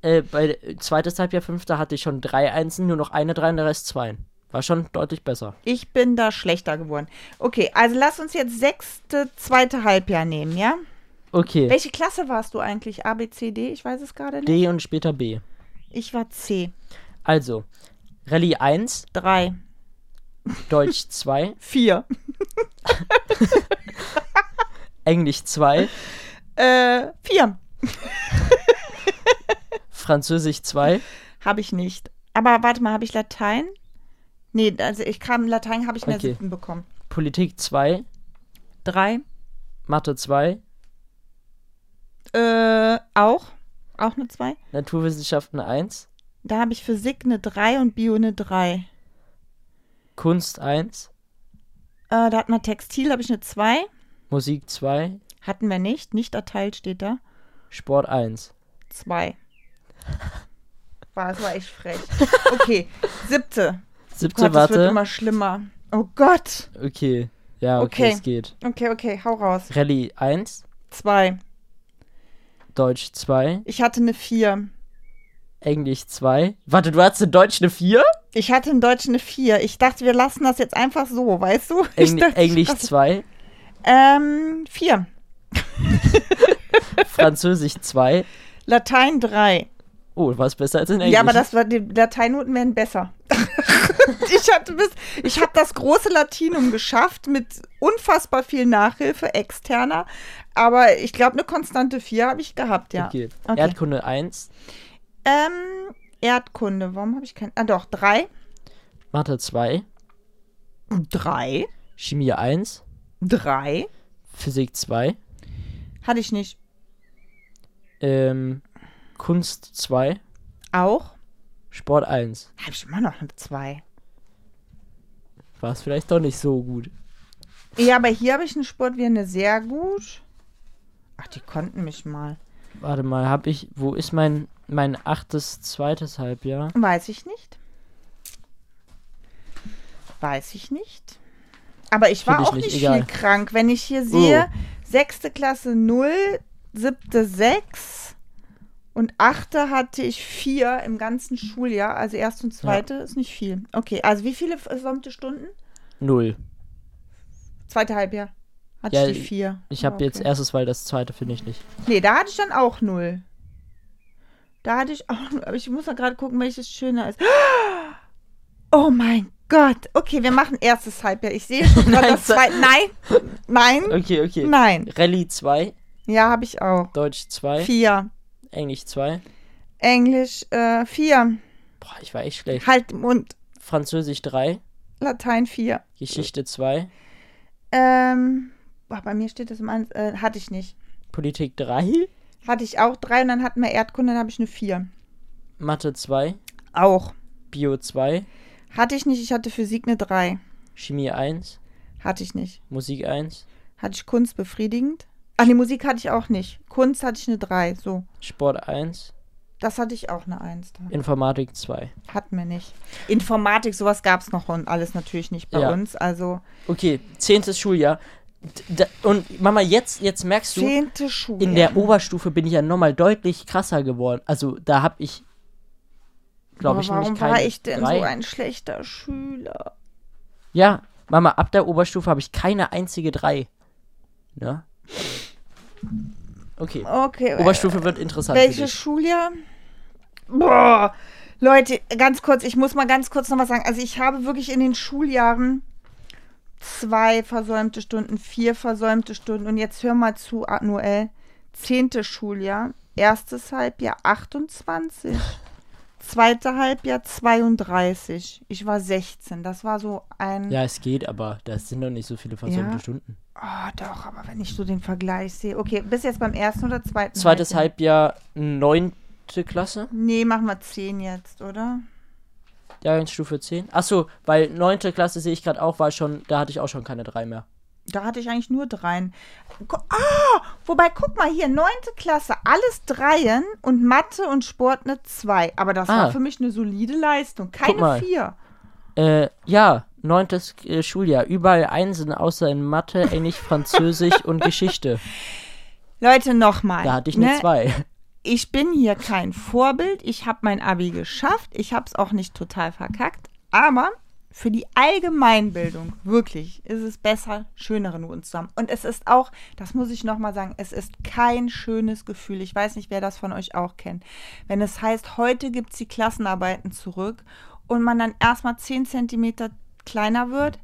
[SPEAKER 2] äh, bei zweites Halbjahr, fünfte hatte ich schon drei Einsen, nur noch eine drei und der Rest zwei. War schon deutlich besser.
[SPEAKER 1] Ich bin da schlechter geworden. Okay, also lass uns jetzt sechste, zweite Halbjahr nehmen, ja?
[SPEAKER 2] Okay.
[SPEAKER 1] Welche Klasse warst du eigentlich? A, B, C, D? Ich weiß es gerade nicht.
[SPEAKER 2] D und später B.
[SPEAKER 1] Ich war C.
[SPEAKER 2] Also, Rallye 1,
[SPEAKER 1] Drei.
[SPEAKER 2] Deutsch 2,
[SPEAKER 1] Vier.
[SPEAKER 2] Englisch 2,
[SPEAKER 1] Äh, vier.
[SPEAKER 2] Französisch 2,
[SPEAKER 1] Habe ich nicht. Aber warte mal, habe ich Latein? Nee, also ich kam, Latein habe ich in der
[SPEAKER 2] Okay.
[SPEAKER 1] siebten bekommen.
[SPEAKER 2] Politik 2,
[SPEAKER 1] Drei.
[SPEAKER 2] Mathe 2,
[SPEAKER 1] Äh, auch. Auch eine zwei.
[SPEAKER 2] Naturwissenschaften 1,
[SPEAKER 1] Da habe ich Physik eine drei und Bio eine drei.
[SPEAKER 2] Kunst 1,
[SPEAKER 1] Äh, da hat man Textil, habe ich eine zwei.
[SPEAKER 2] Musik 2,
[SPEAKER 1] Hatten wir nicht. Nicht erteilt steht da.
[SPEAKER 2] Sport 1.
[SPEAKER 1] Zwei. War, das war echt frech. Okay, siebte.
[SPEAKER 2] Siebte,
[SPEAKER 1] Gott, das wird
[SPEAKER 2] warte.
[SPEAKER 1] immer schlimmer. Oh Gott.
[SPEAKER 2] Okay. Ja, okay,
[SPEAKER 1] Okay.
[SPEAKER 2] es geht.
[SPEAKER 1] Okay, okay, hau raus.
[SPEAKER 2] Rallye 1,
[SPEAKER 1] Zwei.
[SPEAKER 2] Deutsch 2,
[SPEAKER 1] Ich hatte eine Vier.
[SPEAKER 2] Englisch 2. Warte, du hattest in Deutsch eine 4?
[SPEAKER 1] Ich hatte in Deutsch eine Vier. Ich dachte, wir lassen das jetzt einfach so, weißt du? Ich
[SPEAKER 2] Engl
[SPEAKER 1] dachte,
[SPEAKER 2] Englisch
[SPEAKER 1] ich-
[SPEAKER 2] 2,
[SPEAKER 1] Ähm, Vier.
[SPEAKER 2] Französisch 2.
[SPEAKER 1] Latein drei.
[SPEAKER 2] Oh, war es besser als in Englisch?
[SPEAKER 1] Ja, aber das war, die Lateinnoten werden besser. ich hatte bis, ich habe das große Latinum geschafft mit unfassbar viel Nachhilfe externer, aber ich glaube eine konstante 4 habe ich gehabt, ja.
[SPEAKER 2] Okay.
[SPEAKER 1] Okay.
[SPEAKER 2] Erdkunde 1,
[SPEAKER 1] Ähm Erdkunde, warum habe ich kein Ah doch, 3.
[SPEAKER 2] Mathe 2,
[SPEAKER 1] 3,
[SPEAKER 2] Chemie 1,
[SPEAKER 1] 3
[SPEAKER 2] Physik 2,
[SPEAKER 1] hatte ich nicht
[SPEAKER 2] ähm, Kunst 2,
[SPEAKER 1] auch.
[SPEAKER 2] Sport 1.
[SPEAKER 1] Habe ich immer noch eine 2.
[SPEAKER 2] War es vielleicht doch nicht so gut.
[SPEAKER 1] Ja, aber hier habe ich einen Sport wieder eine sehr gut. Ach, die konnten mich mal.
[SPEAKER 2] Warte mal, hab ich. Wo ist mein, mein achtes, zweites Halbjahr?
[SPEAKER 1] Weiß ich nicht. Weiß ich nicht. Aber ich war
[SPEAKER 2] Finde ich
[SPEAKER 1] auch
[SPEAKER 2] nicht,
[SPEAKER 1] nicht,
[SPEAKER 2] egal. Oh.
[SPEAKER 1] viel krank. Wenn ich hier sehe, sechste Klasse 0, siebte 6 und achte hatte ich 4 im ganzen Schuljahr. Also erste und zweite ist nicht viel. Okay, also wie viele gesamte Stunden?
[SPEAKER 2] Null.
[SPEAKER 1] Zweite Halbjahr hatte
[SPEAKER 2] Ja,
[SPEAKER 1] ich die 4.
[SPEAKER 2] Ich habe
[SPEAKER 1] Ah, okay.
[SPEAKER 2] jetzt erstes, weil das zweite finde ich nicht.
[SPEAKER 1] Nee, da hatte ich dann auch 0. Da hatte ich auch 0. Aber ich muss mal gerade gucken, welches schöner ist. Oh mein Gott. Okay, wir machen erstes Halbjahr. Ich sehe schon gerade
[SPEAKER 2] Nein,
[SPEAKER 1] das zweite. Nein, nein,
[SPEAKER 2] Okay, okay.
[SPEAKER 1] nein.
[SPEAKER 2] Rallye 2,
[SPEAKER 1] Ja, habe ich auch.
[SPEAKER 2] Deutsch 2,
[SPEAKER 1] Vier.
[SPEAKER 2] Englisch 2.
[SPEAKER 1] Englisch äh, vier.
[SPEAKER 2] Boah, ich war echt schlecht.
[SPEAKER 1] Halt den Mund.
[SPEAKER 2] Französisch 3,
[SPEAKER 1] Latein vier.
[SPEAKER 2] Geschichte 2,
[SPEAKER 1] Ähm, boah, bei mir steht das im Eins. Äh, hatte ich nicht.
[SPEAKER 2] Politik 3,
[SPEAKER 1] Hatte ich auch drei und dann hatten wir Erdkunde, dann habe ich eine vier.
[SPEAKER 2] Mathe 2,
[SPEAKER 1] Auch.
[SPEAKER 2] Bio 2,
[SPEAKER 1] Hatte ich nicht. Ich hatte Physik eine drei.
[SPEAKER 2] Chemie 1,
[SPEAKER 1] Hatte ich nicht.
[SPEAKER 2] Musik 1,
[SPEAKER 1] Hatte ich Kunst befriedigend? Ach, die Musik hatte ich auch nicht. Kunst hatte ich eine 3, so.
[SPEAKER 2] Sport 1,
[SPEAKER 1] Das hatte ich auch eine 1 da.
[SPEAKER 2] Informatik 2.
[SPEAKER 1] Hatten wir nicht. Informatik, sowas gab es noch und alles natürlich nicht bei
[SPEAKER 2] Ja.
[SPEAKER 1] uns. Also,
[SPEAKER 2] Okay, zehntes Schuljahr. D- d- Und Mama, jetzt, jetzt merkst du,
[SPEAKER 1] zehnte Schule.
[SPEAKER 2] in der Oberstufe bin ich ja nochmal deutlich krasser geworden. Also da habe ich, glaube
[SPEAKER 1] Aber
[SPEAKER 2] ich,
[SPEAKER 1] Warum
[SPEAKER 2] nämlich keine
[SPEAKER 1] war ich denn
[SPEAKER 2] drei.
[SPEAKER 1] so ein schlechter Schüler?
[SPEAKER 2] Ja, Mama, ab der Oberstufe habe ich keine einzige drei. Ne? Okay.
[SPEAKER 1] Okay,
[SPEAKER 2] Oberstufe wird interessant. für
[SPEAKER 1] Welches
[SPEAKER 2] dich.
[SPEAKER 1] Schuljahr? Boah, Leute, ganz kurz, ich muss mal ganz kurz noch was sagen. Also ich habe wirklich in den Schuljahren zwei versäumte Stunden, vier versäumte Stunden. Und jetzt hör mal zu, Noel. Zehntes Schuljahr, erstes Halbjahr 28. zweite Halbjahr 32. Ich war 16. Das war so ein.
[SPEAKER 2] Ja, es geht, aber das sind doch nicht so viele versäumte
[SPEAKER 1] Ja.
[SPEAKER 2] Stunden.
[SPEAKER 1] Oh, doch, aber wenn ich so den Vergleich sehe. Okay, bis jetzt beim ersten oder zweiten?
[SPEAKER 2] Zweites
[SPEAKER 1] Halbjahr?
[SPEAKER 2] Halbjahr, neunte Klasse,
[SPEAKER 1] Nee, machen wir 10 jetzt, oder?
[SPEAKER 2] Jahrgangsstufe 10. Achso, weil neunte Klasse sehe ich gerade auch, war schon, da hatte ich auch schon keine drei mehr.
[SPEAKER 1] Da hatte ich eigentlich nur dreien. Gu- Ah, wobei, guck mal hier, neunte Klasse, alles Dreien und Mathe und Sport eine Zwei. Aber das
[SPEAKER 2] Ah.
[SPEAKER 1] war für mich eine solide Leistung.
[SPEAKER 2] Guck mal.
[SPEAKER 1] Keine Vier.
[SPEAKER 2] Äh, ja, neuntes äh, Schuljahr. Überall Einsen, außer in Mathe, Englisch, Französisch und Geschichte.
[SPEAKER 1] Leute, ne? nochmal.
[SPEAKER 2] Da hatte ich eine zwei.
[SPEAKER 1] Ich bin hier kein Vorbild. Ich habe mein Abi geschafft. Ich habe es auch nicht total verkackt. Aber für die Allgemeinbildung, wirklich, ist es besser, schönere Noten zu haben. Und es ist auch, das muss ich nochmal sagen, es ist kein schönes Gefühl. Ich weiß nicht, wer das von euch auch kennt. Wenn es heißt, heute gibt es die Klassenarbeiten zurück und man dann erstmal 10 Zentimeter kleiner wird,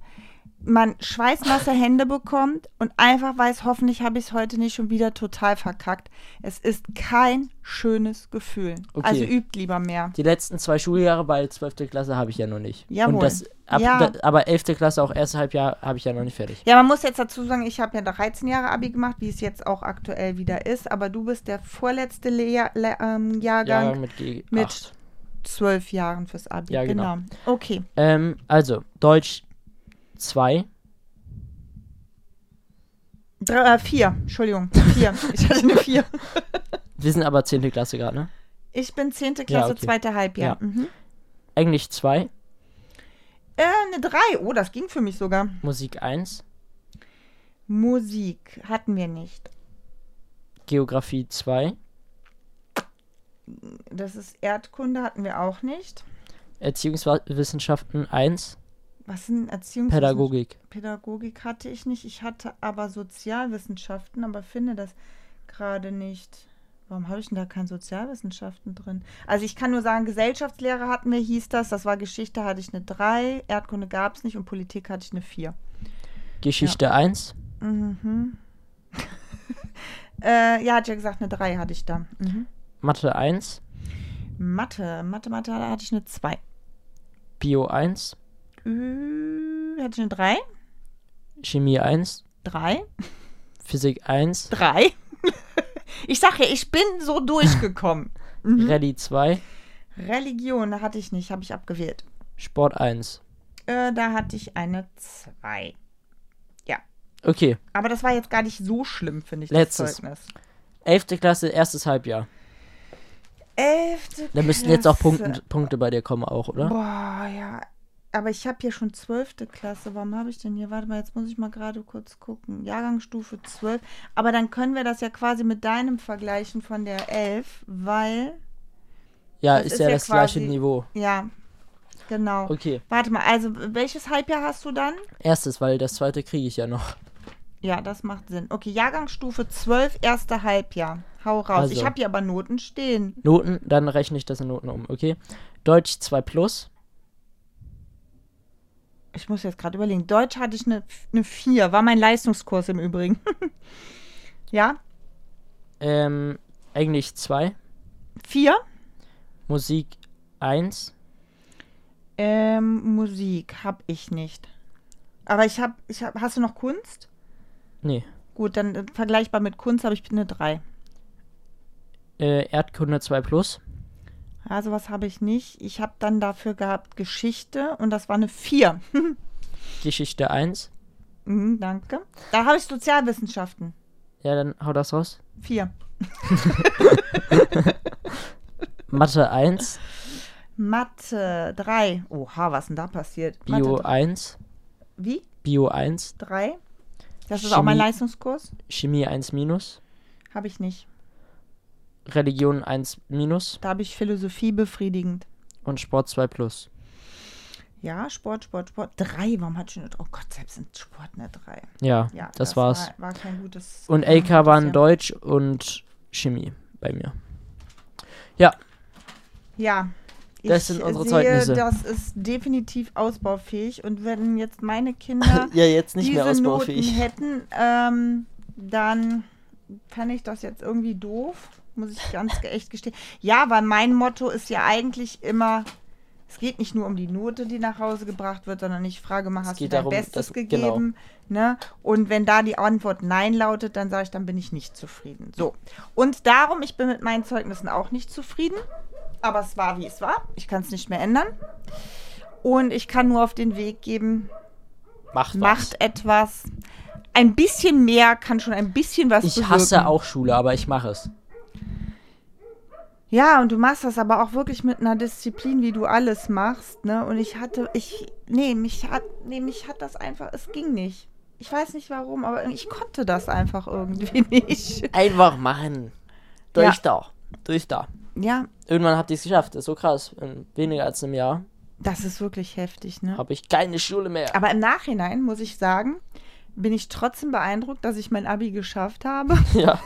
[SPEAKER 1] man schweißnasse Hände bekommt und einfach weiß, hoffentlich habe ich es heute nicht schon wieder total verkackt. Es ist kein schönes Gefühl.
[SPEAKER 2] Okay.
[SPEAKER 1] Also übt lieber mehr.
[SPEAKER 2] Die letzten zwei Schuljahre bei 12. Klasse habe ich ja noch nicht.
[SPEAKER 1] Jawohl.
[SPEAKER 2] Und das, ab,
[SPEAKER 1] Ja.
[SPEAKER 2] da, aber 11. Klasse, auch erste Halbjahr, habe ich ja noch nicht fertig.
[SPEAKER 1] Ja, man muss jetzt dazu sagen, ich habe ja 13 Jahre Abi gemacht, wie es jetzt auch aktuell wieder ist, aber du bist der vorletzte Lehr Le ähm,
[SPEAKER 2] Ja,
[SPEAKER 1] Jahrgang
[SPEAKER 2] mit G8.
[SPEAKER 1] mit zwölf Jahren fürs Abi.
[SPEAKER 2] Ja, genau.
[SPEAKER 1] Okay.
[SPEAKER 2] Ähm, also, Deutsch 2.
[SPEAKER 1] Drei, äh, vier, Entschuldigung. Vier. ich hatte eine vier.
[SPEAKER 2] Wir sind aber 10. Klasse gerade, ne?
[SPEAKER 1] Ich bin 10. Klasse,
[SPEAKER 2] okay.
[SPEAKER 1] zweite Halbjahr.
[SPEAKER 2] Ja.
[SPEAKER 1] Mhm.
[SPEAKER 2] Englisch 2,
[SPEAKER 1] Äh, eine drei. Oh, das ging für mich sogar.
[SPEAKER 2] Musik 1,
[SPEAKER 1] Musik hatten wir nicht.
[SPEAKER 2] Geografie 2,
[SPEAKER 1] Das ist Erdkunde, hatten wir auch nicht.
[SPEAKER 2] Erziehungswissenschaften 1,
[SPEAKER 1] Was sind Erziehungs
[SPEAKER 2] Pädagogik.
[SPEAKER 1] Pädagogik hatte ich nicht. Ich hatte aber Sozialwissenschaften, aber finde das gerade nicht. Warum habe ich denn da kein Sozialwissenschaften drin? Also ich kann nur sagen, Gesellschaftslehre hatten wir, hieß das. Das war Geschichte, hatte ich eine 3, Erdkunde gab es nicht und Politik hatte ich eine 4.
[SPEAKER 2] Geschichte 1,
[SPEAKER 1] Mhm. äh, ja, hat ja gesagt, eine 3 hatte ich da. Mhm.
[SPEAKER 2] Mathe 1,
[SPEAKER 1] Mathe, Mathe, Mathe da hatte ich eine 2.
[SPEAKER 2] Bio 1,
[SPEAKER 1] Äh, hatte ich eine 3?
[SPEAKER 2] Chemie 1,
[SPEAKER 1] 3?
[SPEAKER 2] Physik 1,
[SPEAKER 1] 3? ich sag ja, ich bin so durchgekommen. Mhm.
[SPEAKER 2] Rallye 2,
[SPEAKER 1] Religion hatte ich nicht, habe ich abgewählt.
[SPEAKER 2] Sport 1.
[SPEAKER 1] Äh, da hatte ich eine 2.
[SPEAKER 2] Okay,
[SPEAKER 1] Aber das war jetzt gar nicht so schlimm, finde ich,
[SPEAKER 2] Letztes.
[SPEAKER 1] das Zeugnis.
[SPEAKER 2] 11. Klasse, erstes Halbjahr.
[SPEAKER 1] Elfte
[SPEAKER 2] Da müssten jetzt auch
[SPEAKER 1] Klasse.
[SPEAKER 2] Punkte, Punkte bei dir kommen auch, oder?
[SPEAKER 1] Boah, ja. Aber ich habe hier schon zwölfte Klasse. Warum habe ich denn hier? Warte mal, jetzt muss ich mal gerade kurz gucken. Jahrgangsstufe 12. Aber dann können wir das ja quasi mit deinem vergleichen von der 11, weil,
[SPEAKER 2] Ja,
[SPEAKER 1] Das
[SPEAKER 2] ist,
[SPEAKER 1] ist
[SPEAKER 2] ja
[SPEAKER 1] ja
[SPEAKER 2] das gleiche
[SPEAKER 1] quasi-
[SPEAKER 2] Niveau.
[SPEAKER 1] ja, genau.
[SPEAKER 2] Okay,
[SPEAKER 1] Warte mal, also welches Halbjahr hast du dann?
[SPEAKER 2] erstes, weil das zweite kriege ich ja noch.
[SPEAKER 1] Ja, das macht Sinn. Okay, Jahrgangsstufe 12, erste Halbjahr. Hau raus.
[SPEAKER 2] Also.
[SPEAKER 1] Ich habe hier aber Noten stehen.
[SPEAKER 2] Noten, dann rechne ich das in Noten um, okay? Deutsch 2 plus,
[SPEAKER 1] Ich muss jetzt gerade überlegen. Deutsch hatte ich eine, eine 4, war mein Leistungskurs im Übrigen. ja,
[SPEAKER 2] ähm, Englisch 2,
[SPEAKER 1] 4.
[SPEAKER 2] Musik 1,
[SPEAKER 1] Ähm, Musik habe ich nicht. Aber ich habe, ich hab, hast du noch Kunst?
[SPEAKER 2] nee,
[SPEAKER 1] Gut, dann äh, vergleichbar mit Kunst habe ich eine 3.
[SPEAKER 2] äh, Erdkunde 2 plus,
[SPEAKER 1] Ja, sowas habe Also, ich nicht. Ich habe dann dafür gehabt Geschichte und das war eine 4.
[SPEAKER 2] Geschichte 1.
[SPEAKER 1] mhm, danke. Da habe ich Sozialwissenschaften.
[SPEAKER 2] Ja, dann hau das raus.
[SPEAKER 1] 4.
[SPEAKER 2] Mathe 1,
[SPEAKER 1] Mathe 3. Oha, was denn da passiert?
[SPEAKER 2] Bio
[SPEAKER 1] Mathe,
[SPEAKER 2] 1,
[SPEAKER 1] wie?
[SPEAKER 2] Bio 1,
[SPEAKER 1] 3? Das ist auch mein
[SPEAKER 2] Chemie.
[SPEAKER 1] Leistungskurs?
[SPEAKER 2] Chemie 1 minus,
[SPEAKER 1] Habe ich nicht.
[SPEAKER 2] Religion 1 minus
[SPEAKER 1] Da habe ich Philosophie befriedigend.
[SPEAKER 2] und Sport 2 plus.
[SPEAKER 1] Ja, Sport, Sport, Sport. 3, warum hat schon. Oh Gott, selbst in Sport eine 3.
[SPEAKER 2] Ja,
[SPEAKER 1] Ja,
[SPEAKER 2] das, war's.
[SPEAKER 1] War, war kein gutes.
[SPEAKER 2] Und
[SPEAKER 1] kein
[SPEAKER 2] LK
[SPEAKER 1] gutes
[SPEAKER 2] waren
[SPEAKER 1] Jahr.
[SPEAKER 2] Deutsch und Chemie bei mir. Ja,
[SPEAKER 1] Ja.
[SPEAKER 2] Das sind unsere
[SPEAKER 1] sehe,
[SPEAKER 2] Zeugnisse.
[SPEAKER 1] Das ist definitiv ausbaufähig. Und wenn jetzt meine Kinder
[SPEAKER 2] ja, jetzt nicht
[SPEAKER 1] diese
[SPEAKER 2] mehr
[SPEAKER 1] Noten
[SPEAKER 2] ausbaufähig.
[SPEAKER 1] hätten, ähm, dann fände ich das jetzt irgendwie doof. muss ich ganz ge- echt gestehen. Ja, weil mein Motto ist ja eigentlich immer, es geht nicht nur um die Note, die nach Hause gebracht wird, sondern ich frage mal, hast du
[SPEAKER 2] geht
[SPEAKER 1] dein
[SPEAKER 2] darum,
[SPEAKER 1] Bestes
[SPEAKER 2] dass- genau.
[SPEAKER 1] gegeben? Ne? Und wenn da die Antwort Nein lautet, dann sage ich, dann bin ich nicht zufrieden. So. Und darum, ich bin mit meinen Zeugnissen auch nicht zufrieden. Aber es war, wie es war. Ich kann es nicht mehr ändern. Und ich kann nur auf den Weg geben,
[SPEAKER 2] Macht was.
[SPEAKER 1] macht etwas. Ein bisschen mehr kann schon ein bisschen was
[SPEAKER 2] Ich
[SPEAKER 1] bewirken.
[SPEAKER 2] hasse auch Schule, aber ich mache es.
[SPEAKER 1] Ja, und du machst das aber auch wirklich mit einer Disziplin, wie du alles machst, ne? Und ich hatte, ich, nee, mich hat, nee, mich hat das einfach, es ging nicht. Ich weiß nicht warum, aber ich konnte das einfach irgendwie nicht.
[SPEAKER 2] Einfach machen. Durch
[SPEAKER 1] Ja.
[SPEAKER 2] da. Durch da.
[SPEAKER 1] Ja,
[SPEAKER 2] Irgendwann habt ihr es geschafft. ist so krass. In weniger als einem Jahr
[SPEAKER 1] das ist wirklich heftig, ne?
[SPEAKER 2] habe ich keine Schule mehr.
[SPEAKER 1] Aber im Nachhinein muss ich sagen, bin ich trotzdem beeindruckt, dass ich mein Abi geschafft habe.
[SPEAKER 2] Ja.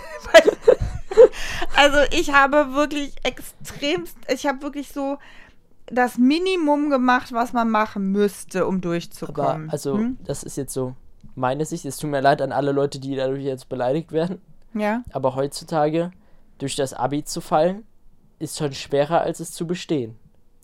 [SPEAKER 1] Also ich habe wirklich extremst, ich habe wirklich so das Minimum gemacht, was man machen müsste, um
[SPEAKER 2] Aber
[SPEAKER 1] durchzukommen.
[SPEAKER 2] also,
[SPEAKER 1] Hm?
[SPEAKER 2] das ist jetzt so meine Sicht. Es tut mir leid an alle Leute, die dadurch jetzt beleidigt werden.
[SPEAKER 1] Ja.
[SPEAKER 2] Aber heutzutage, durch das Abi zu fallen, ist schon schwerer, als es zu bestehen.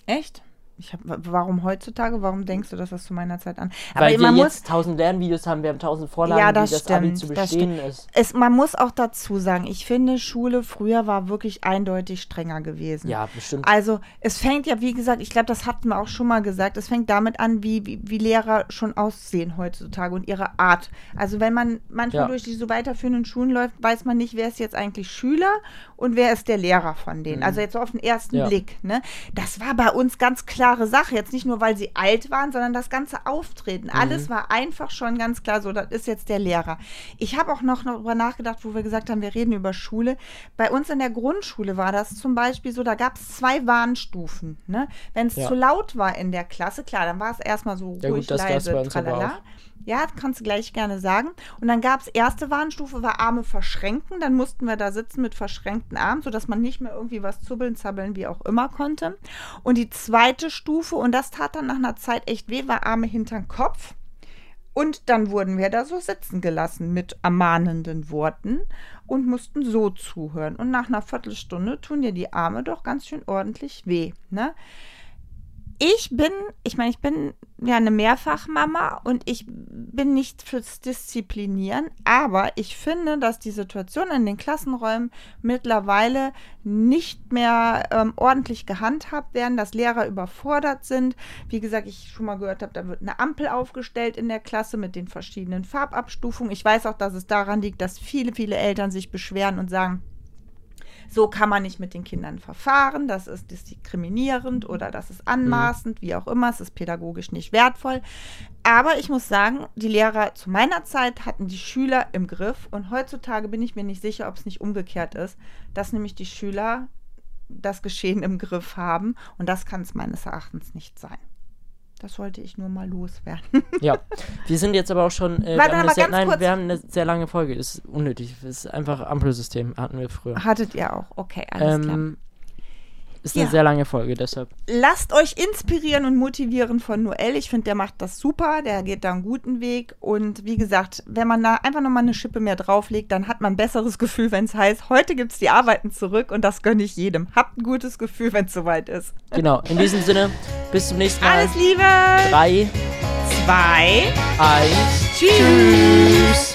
[SPEAKER 1] Echt? Ich hab, wa- warum heutzutage? Warum denkst du, dass das zu meiner Zeit an? Aber
[SPEAKER 2] Weil
[SPEAKER 1] man
[SPEAKER 2] wir
[SPEAKER 1] muss
[SPEAKER 2] jetzt 1000 Lernvideos haben, wir haben 1000 Vorlagen,
[SPEAKER 1] Ja, das
[SPEAKER 2] wie das Abi
[SPEAKER 1] stimmt,
[SPEAKER 2] zu
[SPEAKER 1] das
[SPEAKER 2] bestehen ist.
[SPEAKER 1] es, man muss auch dazu sagen, ich finde Schule früher war wirklich eindeutig strenger gewesen.
[SPEAKER 2] Ja, bestimmt.
[SPEAKER 1] Also es fängt ja, wie gesagt, ich glaube, das hatten wir auch schon mal gesagt, es fängt damit an, wie, wie, wie Lehrer schon aussehen heutzutage und ihre Art. Also wenn man manchmal
[SPEAKER 2] Ja.
[SPEAKER 1] durch die so weiterführenden Schulen läuft, weiß man nicht, wer ist jetzt eigentlich Schüler und wer ist der Lehrer von denen. Also jetzt so auf den ersten
[SPEAKER 2] Ja.
[SPEAKER 1] Blick. Ne? Das war bei uns ganz klare Sache. Jetzt nicht nur, weil sie alt waren, sondern das ganze Auftreten.
[SPEAKER 2] Mhm.
[SPEAKER 1] Alles war einfach schon ganz klar so, das ist jetzt der Lehrer. Ich habe auch noch darüber nachgedacht, wo wir gesagt haben, wir reden über Schule. Bei uns in der Grundschule war das zum Beispiel so, da gab es zwei Warnstufen. Ne? Wenn es
[SPEAKER 2] Ja.
[SPEAKER 1] zu laut war in der Klasse, klar, dann war es erstmal so
[SPEAKER 2] Ja, gut,
[SPEAKER 1] ruhig,
[SPEAKER 2] das gab's
[SPEAKER 1] leise,
[SPEAKER 2] bei uns aber
[SPEAKER 1] tralala.
[SPEAKER 2] auch.
[SPEAKER 1] Ja, das kannst du gleich gerne sagen. Und dann gab es erste Warnstufe, war Arme verschränken. Dann mussten wir da sitzen mit verschränkten Armen, sodass man nicht mehr irgendwie was zubbeln, zabbeln, wie auch immer konnte. Und die zweite Stufe, und das tat dann nach einer Zeit echt weh, war Arme hinterm Kopf. Und dann wurden wir da so sitzen gelassen mit ermahnenden Worten und mussten so zuhören. Und nach einer Viertelstunde tun dir die Arme doch ganz schön ordentlich weh. Ne? ich bin, ich meine, ich bin ja eine Mehrfachmama und ich bin nicht fürs Disziplinieren, aber ich finde, dass die Situation in den Klassenräumen mittlerweile nicht mehr ähm, ordentlich gehandhabt werden, dass Lehrer überfordert sind. Wie gesagt, ich schon mal gehört habe, da wird eine Ampel aufgestellt in der Klasse mit den verschiedenen Farbabstufungen. Ich weiß auch, dass es daran liegt, dass viele, viele Eltern sich beschweren und sagen, so kann man nicht mit den Kindern verfahren, das ist diskriminierend oder das ist anmaßend, wie auch immer, es ist pädagogisch nicht wertvoll. Aber ich muss sagen, die Lehrer zu meiner Zeit hatten die Schüler im Griff und heutzutage bin ich mir nicht sicher, ob es nicht umgekehrt ist, dass nämlich die Schüler das Geschehen im Griff haben und das kann es meines Erachtens nicht sein. Das wollte ich nur mal loswerden.
[SPEAKER 2] Ja, wir sind jetzt aber auch schon. Äh,
[SPEAKER 1] Warte,
[SPEAKER 2] wir haben
[SPEAKER 1] aber
[SPEAKER 2] eine sehr,
[SPEAKER 1] ganz
[SPEAKER 2] nein,
[SPEAKER 1] kurz.
[SPEAKER 2] wir haben eine sehr lange Folge. Ist unnötig. Ist einfach Ampelsystem hatten wir früher.
[SPEAKER 1] Hattet ihr auch? Okay, Ah, alles klar.
[SPEAKER 2] Ähm, ist eine
[SPEAKER 1] Ja.
[SPEAKER 2] sehr lange Folge, deshalb.
[SPEAKER 1] lasst euch inspirieren und motivieren von Noel. Ich finde, der macht das super, der geht da einen guten Weg. Und wie gesagt, wenn man da einfach nochmal eine Schippe mehr drauflegt, dann hat man ein besseres Gefühl, wenn es heißt, heute gibt es die Arbeiten zurück und das gönne ich jedem. Habt ein gutes Gefühl, wenn es soweit ist.
[SPEAKER 2] Genau, in diesem Sinne, bis zum nächsten Mal.
[SPEAKER 1] Alles Liebe!
[SPEAKER 2] Drei,
[SPEAKER 1] Zwei.
[SPEAKER 2] eins,
[SPEAKER 1] Tschüss.
[SPEAKER 2] tschüss.